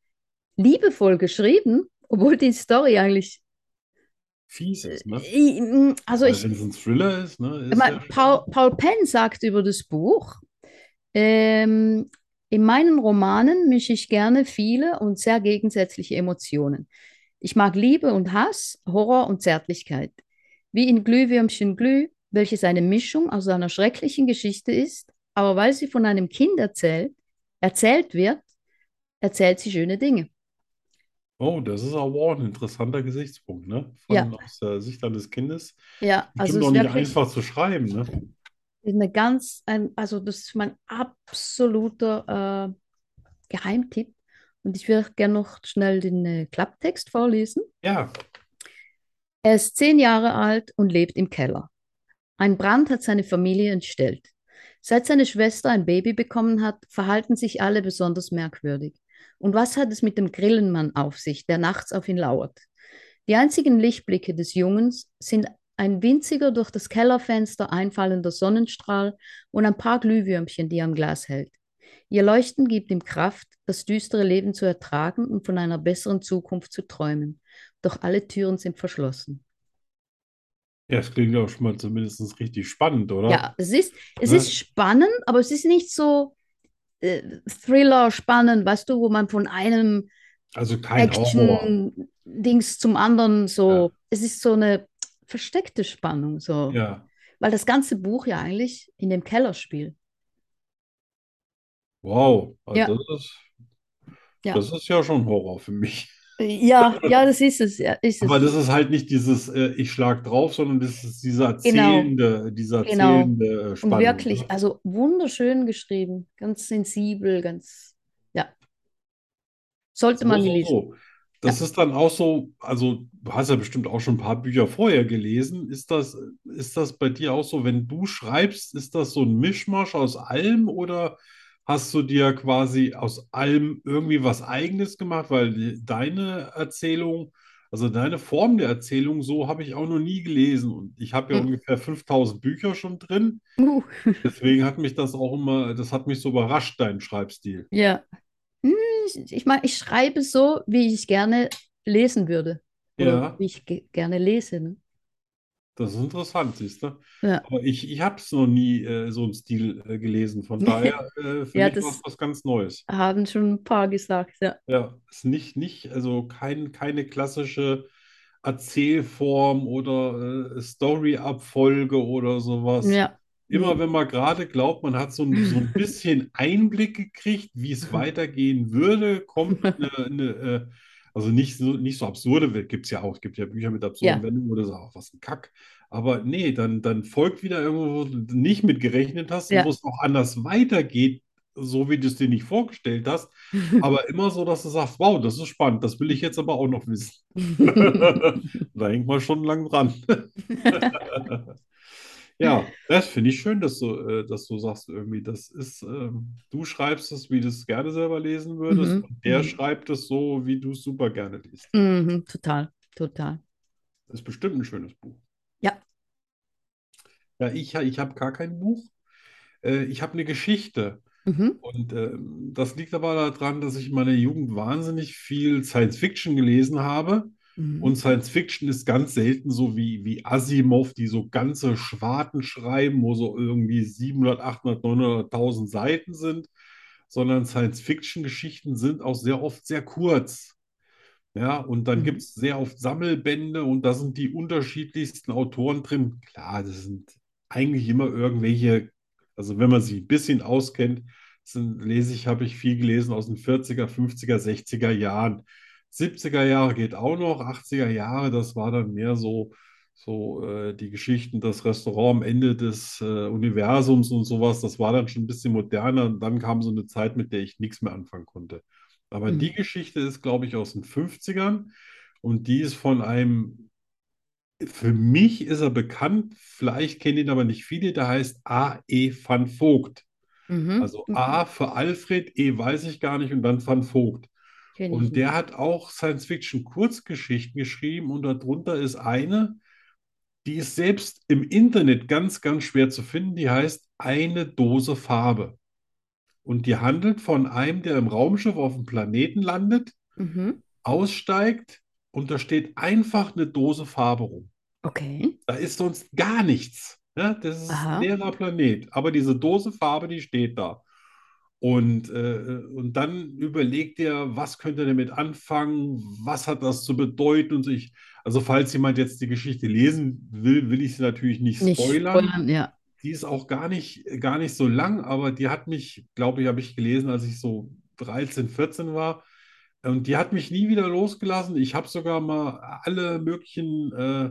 S2: liebevoll geschrieben, obwohl die Story eigentlich,
S1: Fies ist, ne?
S2: I- Äh, also
S1: Weil
S2: ich,
S1: wenn es ein Thriller ist, ne? Ist
S2: Ma-
S1: ja schon-
S2: Paul, Paul Penn sagt über das Buch, ähm, in meinen Romanen mische ich gerne viele und sehr gegensätzliche Emotionen. Ich mag Liebe und Hass, Horror und Zärtlichkeit. Wie in Glühwürmchen Glüh, welches eine Mischung aus einer schrecklichen Geschichte ist, aber weil sie von einem Kind erzählt, erzählt wird, erzählt sie schöne Dinge.
S1: Oh, das ist aber auch ein interessanter Gesichtspunkt, ne? Von
S2: Ja.
S1: aus der Sicht eines Kindes.
S2: Ja, also es
S1: Bestimmt auch
S2: ist
S1: nicht
S2: wirklich
S1: einfach zu schreiben, ne?
S2: eine ganz, ein, also das ist mein absoluter äh, Geheimtipp. Und ich würde gerne noch schnell den äh, Klapptext vorlesen.
S1: Ja.
S2: Er ist zehn Jahre alt und lebt im Keller. Ein Brand hat seine Familie entstellt. Seit seine Schwester ein Baby bekommen hat, verhalten sich alle besonders merkwürdig. Und was hat es mit dem Grillenmann auf sich, der nachts auf ihn lauert? Die einzigen Lichtblicke des Jungens sind ein winziger durch das Kellerfenster einfallender Sonnenstrahl und ein paar Glühwürmchen, die er am Glas hält. Ihr Leuchten gibt ihm Kraft, das düstere Leben zu ertragen und von einer besseren Zukunft zu träumen. Doch alle Türen sind verschlossen.
S1: Ja, es klingt ja auch schon mal zumindest richtig spannend, oder?
S2: Ja, es ist, es
S1: Ne?
S2: ist spannend, aber es ist nicht so äh, Thriller spannend, weißt du, wo man von einem
S1: Also kein Horror.
S2: Action-Dings zum anderen so, es ist so eine versteckte Spannung, so,
S1: Ja.
S2: weil das ganze Buch ja eigentlich in dem Keller spielt.
S1: Wow. Also
S2: Ja.
S1: das ist,
S2: Ja.
S1: das ist ja schon Horror für mich.
S2: Ja, ja, das ist es, ja, ist es.
S1: Aber das ist halt nicht dieses äh, ich schlag drauf, sondern das ist dieser
S2: Genau.
S1: erzählende, dieser
S2: Genau.
S1: erzählende äh,
S2: Und
S1: Spannung,
S2: wirklich,
S1: ne?
S2: also wunderschön geschrieben, ganz sensibel, ganz, ja. Sollte man
S1: So, so,
S2: gelesen.
S1: so. Das ist dann auch so, also du hast ja bestimmt auch schon ein paar Bücher vorher gelesen. Ist das, ist das bei dir auch so, wenn du schreibst, ist das so ein Mischmasch aus allem oder hast du dir quasi aus allem irgendwie was Eigenes gemacht? Weil die, deine Erzählung, also deine Form der Erzählung, so habe ich auch noch nie gelesen. Und ich habe ja
S2: Hm.
S1: ungefähr 5000 Bücher schon drin.
S2: Uh,
S1: Deswegen hat mich das auch immer, das hat mich so überrascht, dein Schreibstil.
S2: ja. Hm, Ich, ich meine, ich schreibe so, wie ich gerne lesen würde. Oder
S1: Ja.
S2: wie ich ge gerne lese. Ne?
S1: Das ist interessant, siehst du?
S2: Ja.
S1: Aber ich, ich habe es noch nie äh, so einen Stil äh, gelesen. Von daher, äh, für
S2: Ja,
S1: mich war es
S2: das-
S1: was ganz Neues.
S2: Haben schon ein paar gesagt, ja.
S1: Ja, ist nicht, nicht, also kein, keine klassische Erzählform oder äh, Story-Abfolge oder sowas.
S2: Ja.
S1: Immer wenn man gerade glaubt, man hat so ein, so ein bisschen Einblick gekriegt, wie es weitergehen würde, kommt eine, eine äh, also nicht so, nicht so absurde, gibt es ja auch, es gibt ja Bücher mit
S2: Ja.
S1: absurden Wendungen, wo du sagst, ach, was ein Kack. Aber nee, dann, dann folgt wieder irgendwo, wo du nicht mit gerechnet hast und
S2: Ja.
S1: wo es auch anders weitergeht, so wie du es dir nicht vorgestellt hast. Aber immer so, dass du sagst, wow, das ist spannend, das will ich jetzt aber auch noch wissen. Da hängt man schon lang dran. Ja, das finde ich schön, dass du, äh, dass du sagst, irgendwie, das ist, ähm, du schreibst es, wie du es gerne selber lesen würdest,
S2: Mhm.
S1: und der
S2: Mhm.
S1: schreibt es so, wie du es super gerne liest.
S2: Mhm, total, total.
S1: Das ist bestimmt ein schönes Buch.
S2: Ja.
S1: Ja, ich, ich habe gar kein Buch. Äh, ich habe eine Geschichte.
S2: Mhm.
S1: Und ähm, das liegt aber daran, dass ich in meiner Jugend wahnsinnig viel Science Fiction gelesen habe.
S2: Mhm.
S1: Und Science Fiction ist ganz selten so wie, wie Asimov, die so ganze Schwarten schreiben, wo so irgendwie 700, 800, 900.000 Seiten sind, sondern Science Fiction-Geschichten sind auch sehr oft sehr kurz. Ja, und dann
S2: Mhm.
S1: gibt es sehr oft Sammelbände und da sind die unterschiedlichsten Autoren drin. Klar, das sind eigentlich immer irgendwelche, also wenn man sie ein bisschen auskennt, sind, lese ich, habe ich viel gelesen aus den 40er, 50er, 60er Jahren. 70er Jahre geht auch noch, 80er Jahre, das war dann mehr so, so äh, die Geschichten, das Restaurant am Ende des äh, Universums und sowas, das war dann schon ein bisschen moderner und dann kam so eine Zeit, mit der ich nichts mehr anfangen konnte. Aber
S2: Mhm.
S1: die Geschichte ist, glaube ich, aus den 50ern und die ist von einem, für mich ist er bekannt, vielleicht kennen ihn aber nicht viele, der heißt A.E. van Vogt.
S2: Mhm.
S1: Also A für Alfred, E weiß ich gar nicht und dann van Vogt.
S2: Kenn ich
S1: Und
S2: nicht.
S1: der hat auch Science-Fiction-Kurzgeschichten geschrieben und darunter ist eine, die ist selbst im Internet ganz, ganz schwer zu finden, die heißt Eine Dose Farbe. Und die handelt von einem, der im Raumschiff auf dem Planeten landet,
S2: Mhm.
S1: aussteigt und da steht einfach eine Dose Farbe rum.
S2: Okay.
S1: Da ist sonst gar nichts. Ne? Das ist ein
S2: Aha.
S1: leerer Planet. Aber diese Dose Farbe, die steht da. Und, äh, und dann überlegt er, was könnte er damit anfangen? Was hat das zu bedeuten? Und sich, also falls jemand jetzt die Geschichte lesen will, will ich sie natürlich nicht
S2: Nicht
S1: spoilern.
S2: spoilern, ja.
S1: Die ist auch gar nicht, gar nicht so lang, aber die hat mich, glaube ich, habe ich gelesen, als ich so 13, 14 war. Und die hat mich nie wieder losgelassen. Ich habe sogar mal alle möglichen äh,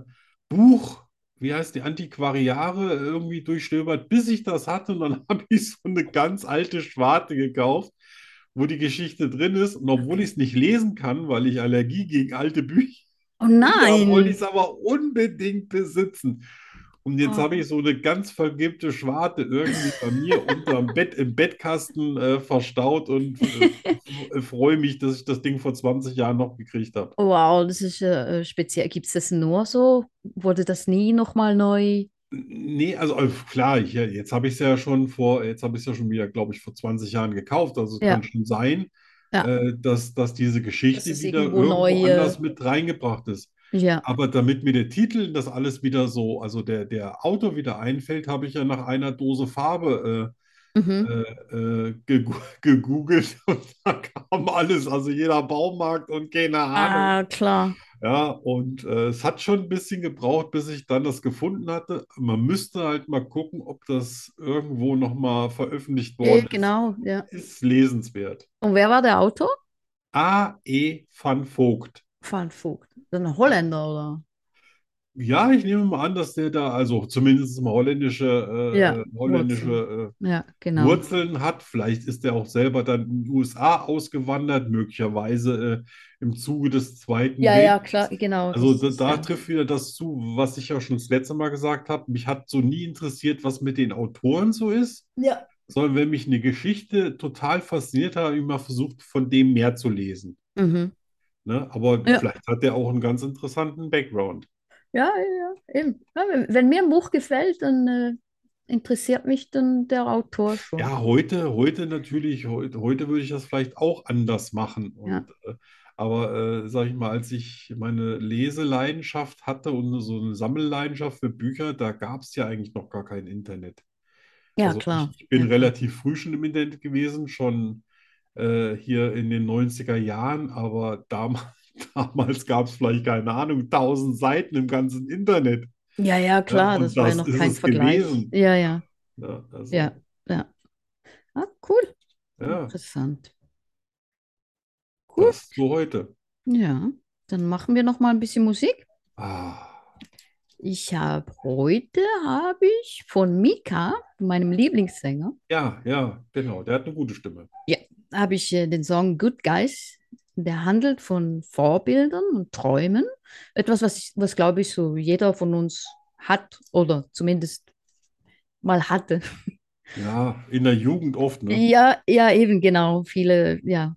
S1: Buch, wie heißt die, Antiquariare irgendwie durchstöbert, bis ich das hatte. Und dann habe ich so eine ganz alte Schwarte gekauft, wo die Geschichte drin ist. Und obwohl ich es nicht lesen kann, weil ich Allergie gegen alte Bücher
S2: Oh
S1: ja, wollte ich
S2: nein.
S1: es aber unbedingt besitzen. Und jetzt
S2: Oh.
S1: habe ich so eine ganz vergilbte Schwarte irgendwie bei mir unterm Bett, im Bettkasten äh, verstaut und äh, f- freue mich, dass ich das Ding vor 20 Jahren noch gekriegt habe.
S2: Wow, das ist äh, äh, speziell. Gibt es das nur so? Wurde das nie nochmal neu?
S1: Nee, also äh, klar, ich, ja, jetzt habe ich es ja schon vor, jetzt habe ich es ja schon wieder, glaube ich, vor 20 Jahren gekauft. Also es
S2: Ja.
S1: kann schon sein,
S2: Ja.
S1: äh, dass, dass diese Geschichte
S2: es
S1: wieder
S2: irgendwo
S1: irgendwo
S2: neue-
S1: anders mit reingebracht ist.
S2: Ja.
S1: Aber damit mir der Titel das alles wieder so, also der, der Autor wieder einfällt, habe ich ja nach einer Dose Farbe äh,
S2: Mhm.
S1: äh, äh, gegu- gegoogelt und da kam alles, also jeder Baumarkt und keine Ahnung.
S2: Ah, klar.
S1: Ja, und äh, es hat schon ein bisschen gebraucht, bis ich dann das gefunden hatte. Man müsste halt mal gucken, ob das irgendwo nochmal veröffentlicht
S2: Eh,
S1: worden
S2: genau, ja.
S1: ist. Ist lesenswert.
S2: Und wer war der Autor?
S1: A.E. van Vogt.
S2: Van Vogt. Ein Holländer, oder?
S1: Ja, ich nehme mal an, dass der da also zumindest mal holländische, äh,
S2: Ja,
S1: äh, holländische
S2: Ja,
S1: äh,
S2: genau.
S1: Wurzeln hat. Vielleicht ist er auch selber dann in die USA ausgewandert, möglicherweise äh, im Zuge des Zweiten
S2: Ja, ja,
S1: Weltkriegs.
S2: klar, genau.
S1: Also
S2: das
S1: da,
S2: ist
S1: da
S2: ja-
S1: trifft wieder das zu, was ich ja schon das letzte Mal gesagt habe. Mich hat so nie interessiert, was mit den Autoren so ist,
S2: Ja.
S1: sondern wenn mich eine Geschichte total fasziniert hat, habe ich immer versucht, von dem mehr zu lesen.
S2: Mhm.
S1: Ne? Aber
S2: Ja.
S1: vielleicht hat der auch einen ganz interessanten Background.
S2: Ja, ja, ja, eben. Ja, wenn, wenn mir ein Buch gefällt, dann äh, interessiert mich dann der Autor schon.
S1: Ja, heute, heute natürlich, heute, heute würde ich das vielleicht auch anders machen. Und,
S2: Ja.
S1: äh, aber äh, sage ich mal, als ich meine Leseleidenschaft hatte und so eine Sammelleidenschaft für Bücher, da gab es ja eigentlich noch gar kein Internet.
S2: Ja,
S1: Also
S2: klar.
S1: ich, ich bin
S2: Ja, klar.
S1: relativ früh schon im Internet gewesen, schon äh, hier in den 90er Jahren, aber dam damals gab es vielleicht, keine Ahnung, 1000 Seiten im ganzen Internet.
S2: Ja, ja, klar,
S1: und
S2: das war ja
S1: das
S2: noch
S1: ist
S2: kein
S1: es
S2: Vergleich.
S1: gewesen.
S2: Ja, ja,
S1: Ja, also,
S2: ja, ja. Ah, cool,
S1: ja,
S2: interessant. Cool.
S1: das so heute.
S2: Ja, dann machen wir noch mal ein bisschen Musik.
S1: Ah.
S2: Ich habe heute habe ich von Mika, meinem Lieblingssänger,
S1: Ja, ja, genau. Der hat eine gute Stimme.
S2: habe ich äh, den Song Good Guys. Der handelt von Vorbildern und Träumen. Etwas, was ich, was glaube ich so jeder von uns hat oder zumindest mal hatte.
S1: Ja, in der Jugend oft, ne?
S2: Ja, ja, eben genau. Viele, ja.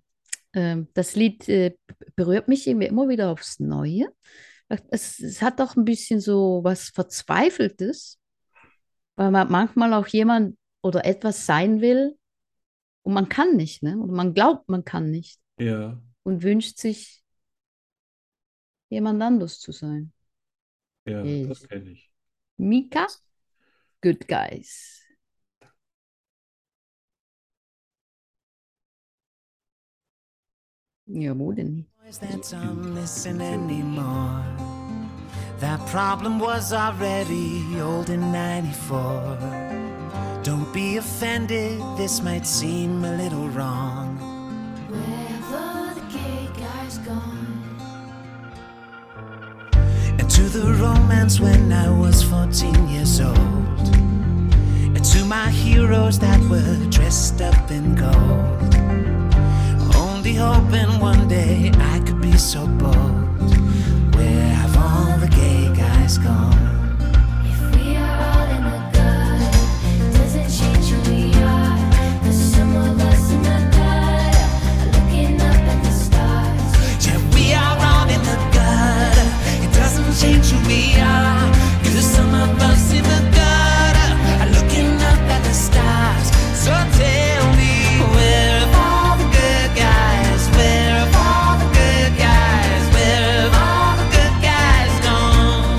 S2: Ähm, das Lied äh, berührt mich irgendwie immer wieder aufs Neue. Es, es hat auch ein bisschen so was Verzweifeltes, weil man manchmal auch jemand oder etwas sein will und man kann nicht, ne? Und man glaubt, man kann nicht
S1: Ja.
S2: und wünscht sich, jemand anders zu sein.
S1: Ja,
S2: Mhm.
S1: das kenne ich.
S2: Mika, Good Guys. Ja, wo denn nicht?
S6: Voice That's unlisten anymore. That problem was already old in 94. Don't be offended, this might seem a little wrong.
S7: Wherever the gay guy's gone.
S6: And to the romance when I was 14 years old. And to my heroes that were dressed up in gold. Only hoping one day I could be so bold. Where have all the gay guys gone?
S7: If we are all in the gut, doesn't change who we are. There's some of us in the gut, looking up at the stars.
S6: Yeah, we are all in the gutter. It doesn't change who we are. Cause some of us in the gutter are looking up at the stars. So tell me, where have all the good guys? Where have all the good guys? Where have all the good guys gone?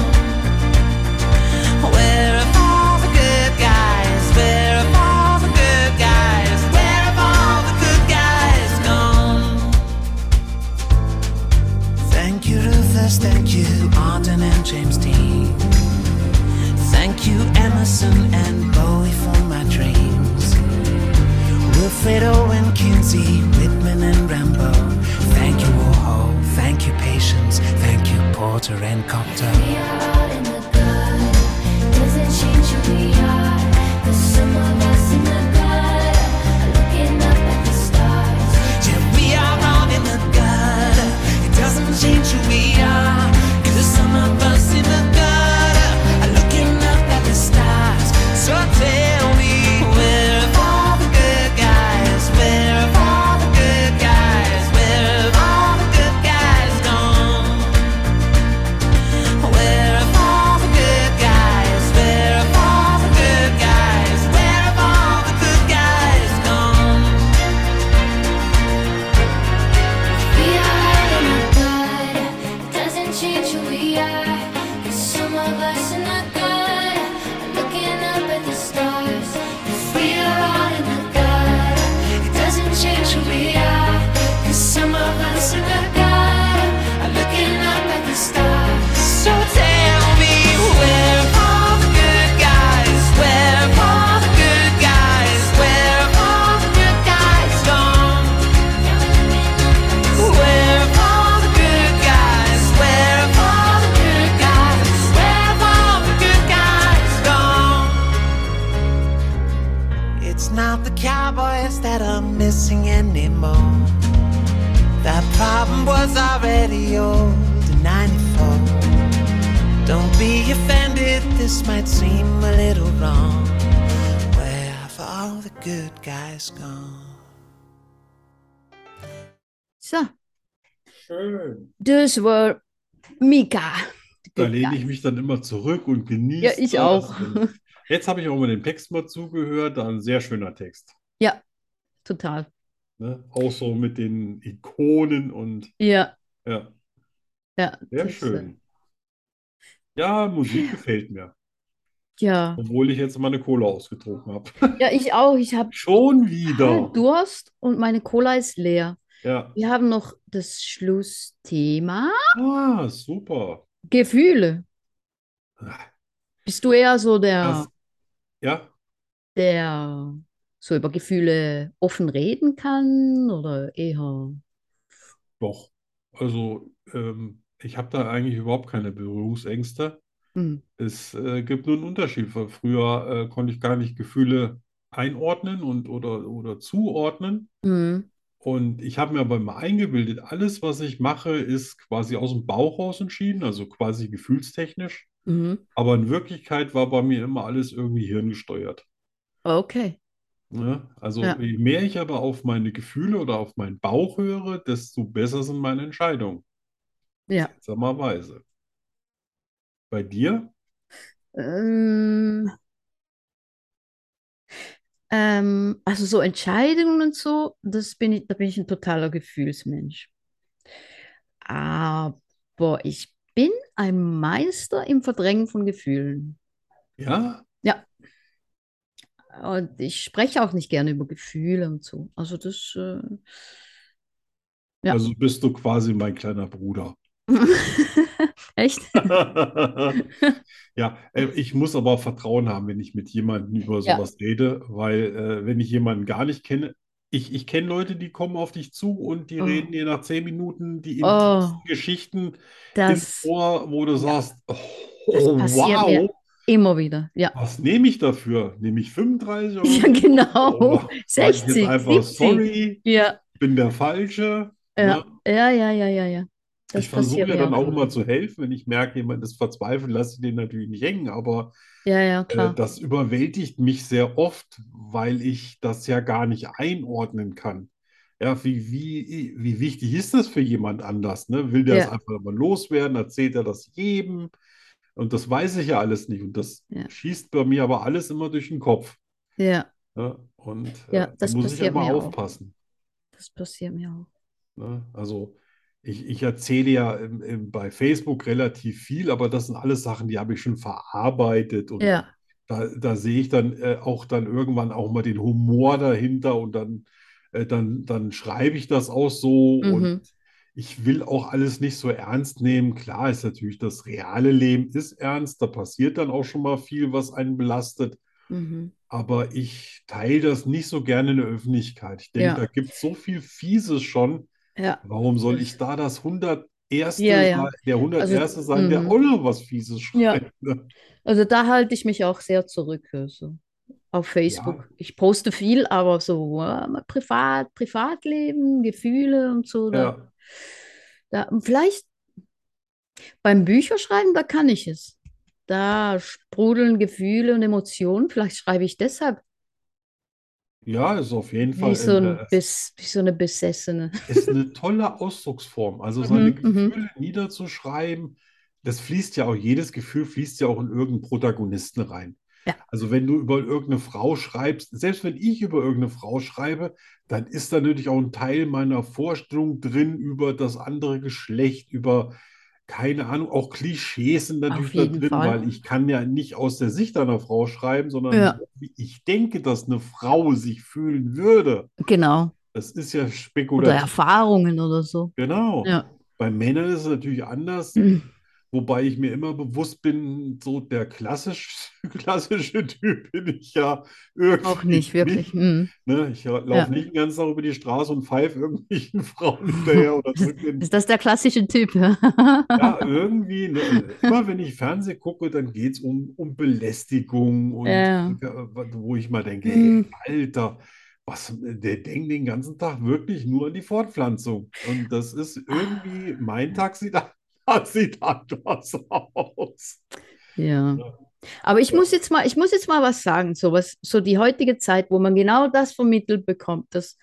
S6: Where have all the good guys? Where have all the good guys? Where have all the good guys gone? Thank you, Rufus. Thank you, Arden and James Dean. Thank you, Emerson and Bowie for my dreams. Wilfredo and Kinsey, Whitman and Rambo. Thank you, Warhol. Thank you, Patience. Thank you, Porter and Copter.
S7: We are all in the gut, doesn't change who we are. There's some of us in the gut, looking up at the stars.
S6: Yeah, we are all in the gutter. It doesn't change who we are. Cause some of us in the gutter are looking up at the stars. So tell me, where have all the good guys? Where have all the good guys? Where have all the good guys gone? Where have all the good guys? Where have all the good guys? Where have all the good guys gone?
S7: We are all in the gut, doesn't change who we are. There's some of us in the gut, looking up at the stars. We are all in the gut, doesn't change who we are. There's some of us in the gut, looking up at the stars.
S6: So tell me where all the good guys, where all the good guys, where all the good guys gone? Where all the good guys, where all the good guys, where was already old in 94. Don't be offended, this might seem a little wrong. Where have all the good guys gone?
S2: So,
S1: Schön.
S2: das war Mika.
S1: Da lehne ich mich dann immer zurück und genieße
S2: Ja, ich
S1: das.
S2: auch.
S1: Und Jetzt habe ich auch mal dem Text mal zugehört. Ein sehr schöner Text.
S2: Ja, total.
S1: Ne? Auch so mit den Ikonen und
S2: Ja,
S1: ja,
S2: ja.
S1: sehr
S2: das, äh,
S1: schön. Ja, Musik gefällt mir.
S2: Ja,
S1: Obwohl ich jetzt meine Cola ausgetrunken habe.
S2: ja, ich auch. Ich habe
S1: Schon
S2: Ah,
S1: wieder.
S2: Durst und meine Cola ist leer.
S1: Ja.
S2: Wir haben noch das Schlussthema.
S1: Ah, super.
S2: Gefühle. Bist du eher so der,
S1: Ah. Das, ja,
S2: der so über Gefühle offen reden kann oder eher?
S1: doch. Also, ähm, ich habe da eigentlich überhaupt keine Berührungsängste.
S2: Hm.
S1: Es äh, gibt nur einen Unterschied. Weil früher äh, konnte ich gar nicht Gefühle einordnen und oder, oder zuordnen.
S2: Hm.
S1: Und ich habe mir aber immer eingebildet, alles, was ich mache, ist quasi aus dem Bauch raus entschieden, also quasi gefühlstechnisch.
S2: Mhm.
S1: Aber in Wirklichkeit war bei mir immer alles irgendwie hirngesteuert.
S2: Okay.
S1: Ne? Also
S2: Ja.
S1: je mehr ich aber auf meine Gefühle oder auf meinen Bauch höre, desto besser sind meine Entscheidungen.
S2: Ja.
S1: Seltsamerweise. Bei dir?
S2: Ähm, ähm, also so Entscheidungen und so, das bin ich, da bin ich ein totaler Gefühlsmensch. Aber ich bin ein Meister im Verdrängen von Gefühlen.
S1: Ja?
S2: Und ich spreche auch nicht gerne über Gefühle und so. Also das, äh, Ja.
S1: Also bist du quasi mein kleiner Bruder.
S2: echt?
S1: Ja, äh, ich muss aber auch Vertrauen haben, wenn ich mit jemandem über
S2: Ja.
S1: sowas rede, weil äh, wenn ich jemanden gar nicht kenne, ich, ich kenne Leute, die kommen auf dich zu und die
S2: Oh.
S1: reden dir nach zehn Minuten die
S2: Oh.
S1: intimsten Geschichten
S2: Das Also
S1: ins Ohr, wo du sagst, oh,
S2: passiert
S1: wow,
S2: mir. immer wieder. Ja,
S1: was nehme ich dafür? Nehme ich 35 Euro?
S2: ja genau.
S1: Oder Oh, sag ich jetzt
S2: 60,
S1: einfach,
S2: 70.
S1: sorry,
S2: Ja,
S1: bin der Falsche.
S2: ja,
S1: Ne?
S2: ja, ja, ja, ja, ja. Das
S1: Ich versuche
S2: passiert
S1: ja
S2: mir
S1: dann
S2: auch
S1: auch immer zu helfen, wenn ich merke, jemand ist verzweifelt, lasse ich den natürlich nicht hängen, aber
S2: Ja, ja,
S1: äh,
S2: klar.
S1: das überwältigt mich sehr oft, weil ich das ja gar nicht einordnen kann. Ja, wie, wie, wie wichtig ist das für jemand anders? Ne? Will der
S2: Ja.
S1: es einfach mal loswerden? Erzählt er das jedem? Und das weiß ich ja alles nicht. Und das
S2: Ja.
S1: schießt bei mir aber alles immer durch den Kopf.
S2: Ja,
S1: Ne? Und äh,
S2: Ja,
S1: da
S2: das
S1: muss ich
S2: passiert
S1: immer
S2: mir auch.
S1: aufpassen.
S2: das passiert mir auch.
S1: Ne? Also ich, ich erzähle ja im, im, bei Facebook relativ viel, aber das sind alles Sachen, die habe ich schon verarbeitet und
S2: Ja,
S1: da, da sehe ich dann äh, auch dann irgendwann auch mal den Humor dahinter und dann, äh, dann, dann schreibe ich das auch so
S2: Mhm.
S1: und ich will auch alles nicht so ernst nehmen. Klar ist natürlich, das reale Leben ist ernst, da passiert dann auch schon mal viel, was einen belastet.
S2: mhm.
S1: Aber ich teile das nicht so gerne in der Öffentlichkeit. Ich denke,
S2: Ja.
S1: da gibt es so viel Fieses schon.
S2: Ja,
S1: Warum soll
S2: Das-
S1: ich da das 101.
S2: Ja, ja.
S1: sein, der 101. sein, der
S2: mhm.
S1: auch noch was Fieses
S2: Ja.
S1: schreibt? ne?
S2: also da halte ich mich auch sehr zurück, so auf Facebook. Ich poste viel, aber so äh, privat, Privatleben, Gefühle und so. Da,
S1: Ja.
S2: da, und vielleicht beim Bücherschreiben, da kann ich es. Da sprudeln Gefühle und Emotionen. Vielleicht schreibe ich deshalb
S1: Ja, ist auf jeden Fall
S2: wie so ein,
S1: äh,
S2: Bes- wie so eine Besessene.
S1: ist eine tolle Ausdrucksform. Also
S2: Mhm,
S1: seine
S2: mhm.
S1: Gefühle niederzuschreiben, das fließt ja auch, jedes Gefühl fließt ja auch in irgendeinen Protagonisten rein.
S2: Ja.
S1: Also wenn du über irgendeine Frau schreibst, selbst wenn ich über irgendeine Frau schreibe, dann ist da natürlich auch ein Teil meiner Vorstellung drin über das andere Geschlecht, über keine Ahnung, auch Klischees sind natürlich da
S2: jeden
S1: drin,
S2: Fall.
S1: weil ich kann ja nicht aus der Sicht einer Frau schreiben, sondern
S2: Ja.
S1: wie ich denke, dass eine Frau sich fühlen würde.
S2: Genau.
S1: Das ist ja
S2: Oder
S1: spekulativ.
S2: Erfahrungen oder so.
S1: Genau.
S2: Ja.
S1: Bei Männern ist es natürlich anders, wobei ich mir immer bewusst bin, so der klassisch, klassische Typ bin ich ja irgendwie
S2: Auch nicht, wirklich.
S1: nicht,
S2: Mhm.
S1: ne? Ich laufe
S2: Ja.
S1: nicht den ganzen Tag über die Straße und pfeife irgendwelchen Frauen hinterher oder drücke den.
S2: Ist das der klassische Typ?
S1: Ja, irgendwie, ne? Immer wenn ich Fernsehen gucke, dann geht es um, um Belästigung und
S2: Ja.
S1: äh, wo ich mal denke,
S2: Hm.
S1: ey, Alter, was, der denkt den ganzen Tag wirklich nur an die Fortpflanzung. Und das ist irgendwie, mein Tag sieht, an- sieht anders aus.
S2: Ja. Aber ich muss jetzt mal, ich muss jetzt mal was sagen, so was, so die heutige Zeit, wo man genau das vermittelt bekommt, dass,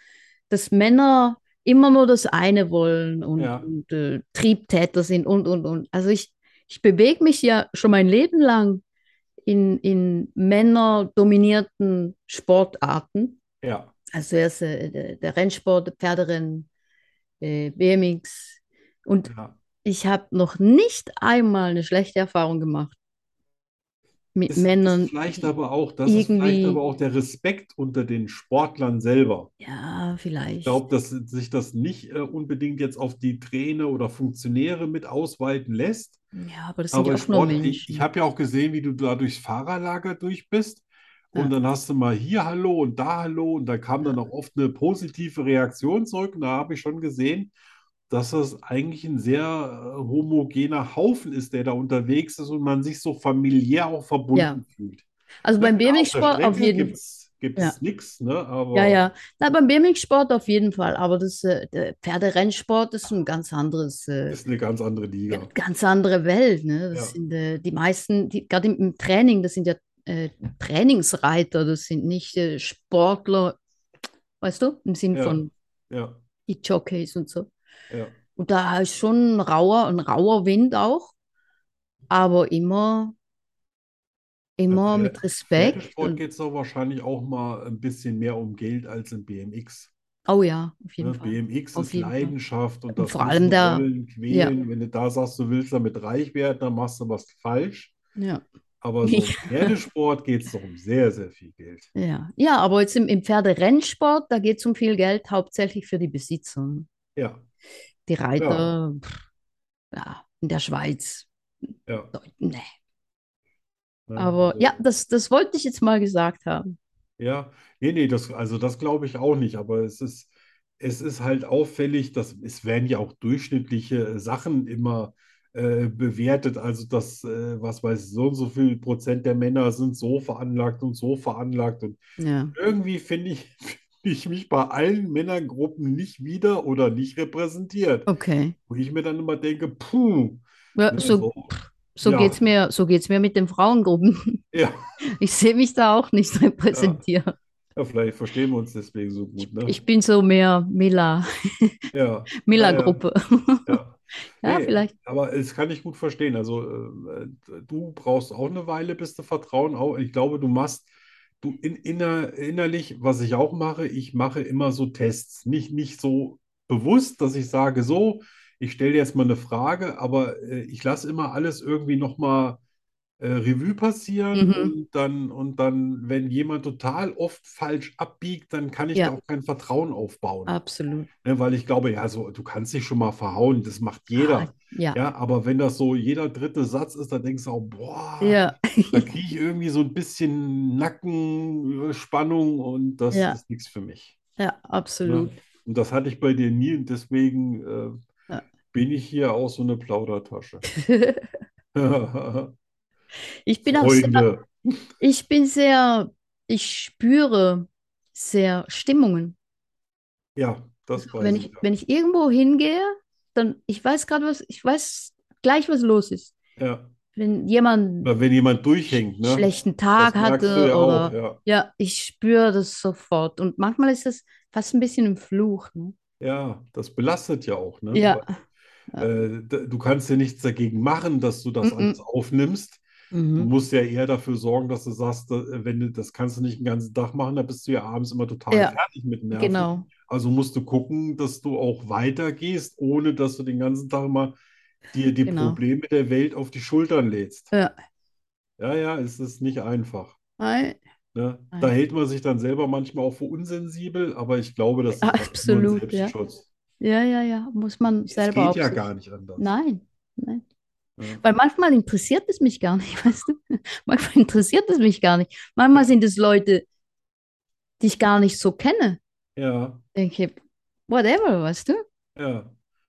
S2: dass Männer immer nur das eine wollen und,
S1: Ja.
S2: und äh, Triebtäter sind und, und, und. Also ich, ich bewege mich ja schon mein Leben lang in, in männerdominierten Sportarten.
S1: Ja,
S2: Also erst äh, der, der Rennsport, Pferderennen, äh, BMX. Und
S1: ja.
S2: ich habe noch nicht einmal eine schlechte Erfahrung gemacht mit
S1: Das
S2: Männern.
S1: ist vielleicht aber auch, das ist vielleicht
S2: irgendwie-
S1: aber auch der Respekt unter den Sportlern selber.
S2: Ja, vielleicht.
S1: Ich glaube, dass sich das nicht äh, unbedingt jetzt auf die Trainer oder Funktionäre mit ausweiten lässt.
S2: Ja, aber das sind ja
S1: Aber
S2: auch nur
S1: Sport, ich,
S2: Menschen.
S1: ich habe ja auch gesehen, wie du da durchs Fahrerlager durch bist. Und
S2: Ja.
S1: dann hast du mal hier Hallo und da Hallo. Und da kam dann auch oft eine positive Reaktion zurück. Und da habe ich schon gesehen, dass das eigentlich ein sehr äh, homogener Haufen ist, der da unterwegs ist und man sich so familiär auch verbunden fühlt.
S2: Also beim
S1: Klar, auf der
S2: BMX-Sport auf
S1: Strecke
S2: jeden Fall.
S1: gibt's, gibt's nichts, ne? Aber
S2: Ja, ja. Na, beim BMX-Sport auf jeden Fall. Aber das äh, der Pferderennsport ist ein ganz anderes, äh,
S1: ist eine ganz andere Liga.
S2: ganz andere Welt. Ne? Das
S1: Ja.
S2: sind äh, die meisten, die, gerade im, im Training, das sind ja äh, Trainingsreiter, das sind nicht äh, Sportler, weißt du, im Sinn
S1: Ja.
S2: von
S1: Ja,
S2: die Jockeys und so.
S1: ja.
S2: Und da ist schon ein rauer, ein rauer Wind auch, aber immer, immer
S1: Pferde-
S2: mit Respekt.
S1: Pferdesport
S2: Und,
S1: geht es doch wahrscheinlich auch mal ein bisschen mehr um Geld als im BMX.
S2: oh ja, auf
S1: Ne?
S2: jeden Fall.
S1: BMX
S2: Auf
S1: ist
S2: jeden Fall.
S1: Leidenschaft und das
S2: vor allem
S1: müssen
S2: da-
S1: wollen,
S2: ja.
S1: quälen. Wenn du da sagst, du willst damit reich werden, dann machst du was falsch.
S2: Ja,
S1: Aber so im
S2: Ja.
S1: Pferdesport geht es doch um sehr, sehr viel Geld.
S2: ja. Ja, aber jetzt im, im Pferderennsport, da geht es um viel Geld, hauptsächlich für die Besitzer. ne?
S1: Ja,
S2: Die Reiter, pff, ja, in der Schweiz,
S1: ja.
S2: nee.
S1: Ne?
S2: Aber
S1: Also-
S2: ja, das, das wollte ich jetzt mal gesagt haben.
S1: Ja, nee, nee, das, also das glaube ich auch nicht, aber es ist, es ist halt auffällig, dass es werden ja auch durchschnittliche äh, Sachen immer äh, bewertet. Also das, äh, was weiß ich, so und so viel Prozent der Männer sind so veranlagt und so veranlagt. Und
S2: Ja,
S1: irgendwie finde ich, finde ich mich bei allen Männergruppen nicht wieder oder nicht repräsentiert.
S2: okay.
S1: Wo ich mir dann immer denke, puh,
S2: Ja,
S1: ne,
S2: so
S1: so,
S2: so
S1: ja.
S2: geht's mir, so geht's mir mit den Frauengruppen.
S1: ja,
S2: Ich sehe mich da auch nicht repräsentiert.
S1: ja, vielleicht verstehen wir uns deswegen so gut, ne?
S2: Ich bin so mehr Miller,
S1: Ja,
S2: Miller-Gruppe.
S1: ja.
S2: Ja,
S1: Nee,
S2: vielleicht.
S1: aber es kann ich gut verstehen. Also äh, du brauchst auch eine Weile, bis du Vertrauen auch. Ich glaube, du machst du in, inner, innerlich, was ich auch mache, ich mache immer so Tests. Nicht, nicht so bewusst, dass ich sage, so, ich stelle dir jetzt mal eine Frage, aber äh, ich lasse immer alles irgendwie nochmal äh, Revue passieren
S2: Mhm.
S1: und dann, und dann, wenn jemand total oft falsch abbiegt, dann kann ich
S2: Ja.
S1: da auch kein Vertrauen aufbauen.
S2: Absolut.
S1: Ne, weil ich glaube, ja, so, du kannst dich schon mal verhauen, das macht jeder.
S2: Ja,
S1: Ja, aber wenn das so jeder dritte Satz ist, dann denkst du auch, boah,
S2: ja,
S1: da kriege ich irgendwie so ein bisschen Nackenspannung und das
S2: Ja.
S1: ist nichts für mich.
S2: ja,
S1: Ne?
S2: absolut.
S1: Und das hatte ich bei dir nie und deswegen äh,
S2: Ja.
S1: bin ich hier auch so eine Plaudertasche.
S2: Ich bin auch sehr,
S1: Freunde.
S2: ich bin sehr, ich spüre sehr Stimmungen.
S1: Ja, das weiß
S2: Also, Wenn
S1: ich.
S2: ich, wenn ich irgendwo hingehe, dann, ich weiß gerade was, ich weiß gleich, was los ist.
S1: ja. Ja.
S2: Wenn jemand
S1: Oder wenn jemand durchhängt, ne?
S2: einen schlechten
S1: Das
S2: Tag
S1: merkst du
S2: hatte
S1: ja
S2: oder
S1: auch, ja.
S2: ja, ich spüre das sofort. Und manchmal ist das fast ein bisschen ein Fluch, ne?
S1: Ja, das belastet ja auch, ne?
S2: Ja.
S1: Weil, äh, d- du kannst ja nichts dagegen machen, dass du das
S2: Mhm.
S1: alles aufnimmst. Du
S2: Mhm.
S1: musst ja eher dafür sorgen, dass du sagst, äh, wenn du das kannst du nicht den ganzen Tag machen, dann bist du ja abends immer total
S2: Ja,
S1: fertig mit Nerven.
S2: Genau.
S1: Also musst du gucken, dass du auch weitergehst, ohne dass du den ganzen Tag mal dir die
S2: Genau.
S1: Probleme der Welt auf die Schultern lädst.
S2: Ja.
S1: Ja, ja, es ist nicht einfach.
S2: Ei,
S1: Ne?
S2: Nein.
S1: Da hält man sich dann selber manchmal auch für unsensibel, aber ich glaube, das ist
S2: Ja,
S1: einfach nur ein
S2: absolut, ja.
S1: Selbstschutz.
S2: Ja, ja, ja, muss man
S1: Es
S2: selber
S1: geht
S2: auf
S1: ja
S2: sich.
S1: gar nicht anders.
S2: Nein, nein.
S1: Ja.
S2: Weil manchmal interessiert es mich gar nicht, weißt du? Manchmal interessiert es mich gar nicht. Manchmal sind es Leute, die ich gar nicht so kenne.
S1: Ja,
S2: Denke ich, whatever, weißt du?
S1: ja,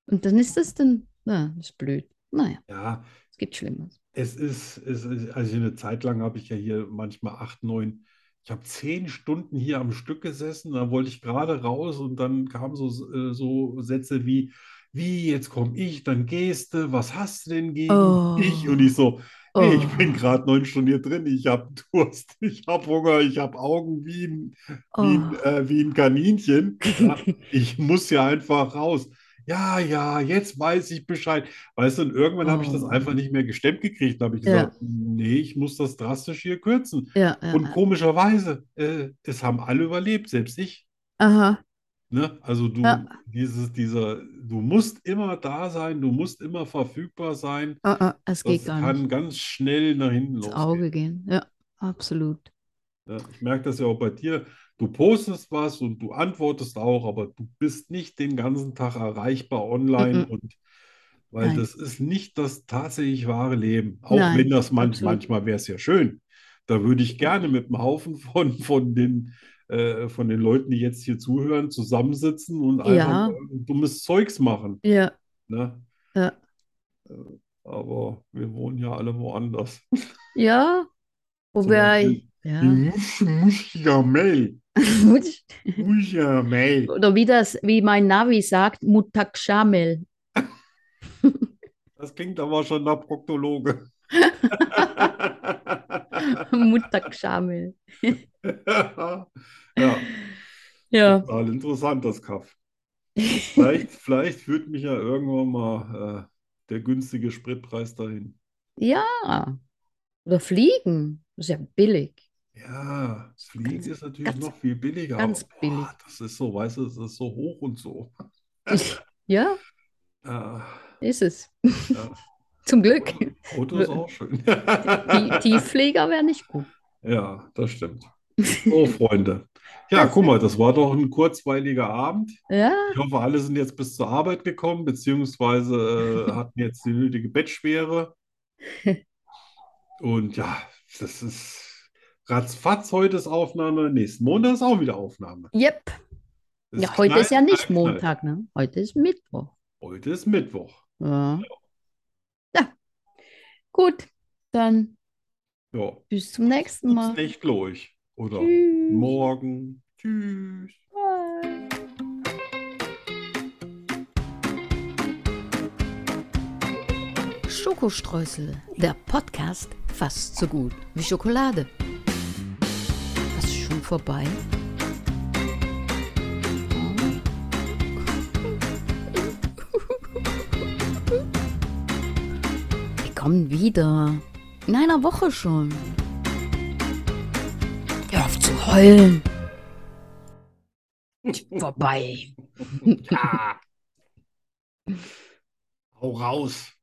S2: Und dann ist das dann, na, das ist blöd. Naja,
S1: ja.
S2: es gibt Schlimmeres.
S1: Es ist, es ist, also eine Zeit lang habe ich ja hier manchmal acht, neun ich habe zehn Stunden hier am Stück gesessen, da wollte ich gerade raus und dann kamen so, äh, so Sätze wie, wie, jetzt komme ich, dann gehst du, was hast du denn gegen
S2: Oh.
S1: ich? Und ich so, nee, ich
S2: Oh.
S1: bin gerade neun Stunden hier drin, ich habe Durst, ich habe Hunger, ich habe Augen wie ein,
S2: oh.
S1: wie ein, äh, wie ein Kaninchen. Ja, ich muss ja einfach raus. Ja, ja, jetzt weiß ich Bescheid. Weißt du, und irgendwann habe ich das
S2: Oh.
S1: einfach nicht mehr gestemmt gekriegt. Da habe ich
S2: Ja.
S1: gesagt, nee, ich muss das drastisch hier kürzen.
S2: Ja, ja.
S1: Und komischerweise, äh, es haben alle überlebt, selbst ich.
S2: Aha.
S1: Ne? Also du,
S2: Ja.
S1: dieses, dieser, du musst immer da sein, du musst immer verfügbar sein.
S2: Ah, ah, es geht
S1: Das
S2: gar
S1: kann
S2: nicht.
S1: ganz schnell nach hinten
S2: Ins
S1: losgehen.
S2: Auge gehen. Ja, absolut.
S1: Ja, ich merke das ja auch bei dir. Du postest was und du antwortest auch, aber du bist nicht den ganzen Tag erreichbar online
S2: Mhm.
S1: und weil
S2: Nein.
S1: das ist nicht das tatsächlich wahre Leben. Auch
S2: Nein,
S1: wenn das man,
S2: absolut.
S1: manchmal wäre es ja schön. Da würde ich gerne mit einem Haufen von, von den, äh, von den Leuten, die jetzt hier zuhören, zusammensitzen und
S2: Ja.
S1: einfach dummes Zeugs machen.
S2: Ja,
S1: Ne?
S2: Ja.
S1: Äh, Aber wir wohnen ja alle woanders.
S2: ja. Wobei, ja.
S1: Muss, muss ja mail. Muss ja mail.
S2: Oder wie das, wie mein Navi sagt, Mutakshamel.
S1: Das klingt aber schon nach Proktologe.
S2: Mutakshamel.
S1: ja, ja,
S2: Ja.
S1: total interessant, das Kaff. Vielleicht, vielleicht führt mich ja irgendwann mal äh, der günstige Spritpreis dahin.
S2: Ja. Oder fliegen. Das ist ja billig.
S1: Ja, Fliegen
S2: Ganz-
S1: ist natürlich
S2: ganz-
S1: noch viel billiger,
S2: ganz
S1: aber
S2: billig.
S1: boah, das ist so, weißt du, das ist so hoch und so.
S2: Ja,
S1: Ja,
S2: ist es.
S1: ja.
S2: Zum Glück.
S1: Auto ist auch schön.
S2: Die Tiefflieger wären nicht gut.
S1: Ja, das stimmt. So, Freunde. Ja, guck mal, das war doch ein kurzweiliger Abend.
S2: Ja,
S1: Ich hoffe, alle sind jetzt bis zur Arbeit gekommen, beziehungsweise äh, hatten jetzt die nötige Bettschwere. Und ja, das ist ratzfatz, heute ist Aufnahme, nächsten Monat ist auch wieder Aufnahme.
S2: yep.
S1: Es
S2: Ja, heute ist ja
S1: knallt,
S2: nicht
S1: knallt, knallt.
S2: Montag, ne? Heute ist Mittwoch.
S1: Heute ist Mittwoch.
S2: Ja. Ja. Gut, dann
S1: Ja,
S2: bis zum nächsten
S1: tut's
S2: Mal.
S1: nicht gleich. Oder
S2: Tschüss.
S1: morgen. Tschüss.
S2: Bye.
S3: Schokostreusel, der Podcast fast so gut wie Schokolade. Was ist schon vorbei? Wir kommen wieder. In einer Woche schon. Hör auf zu heulen. Vorbei.
S1: Hau raus.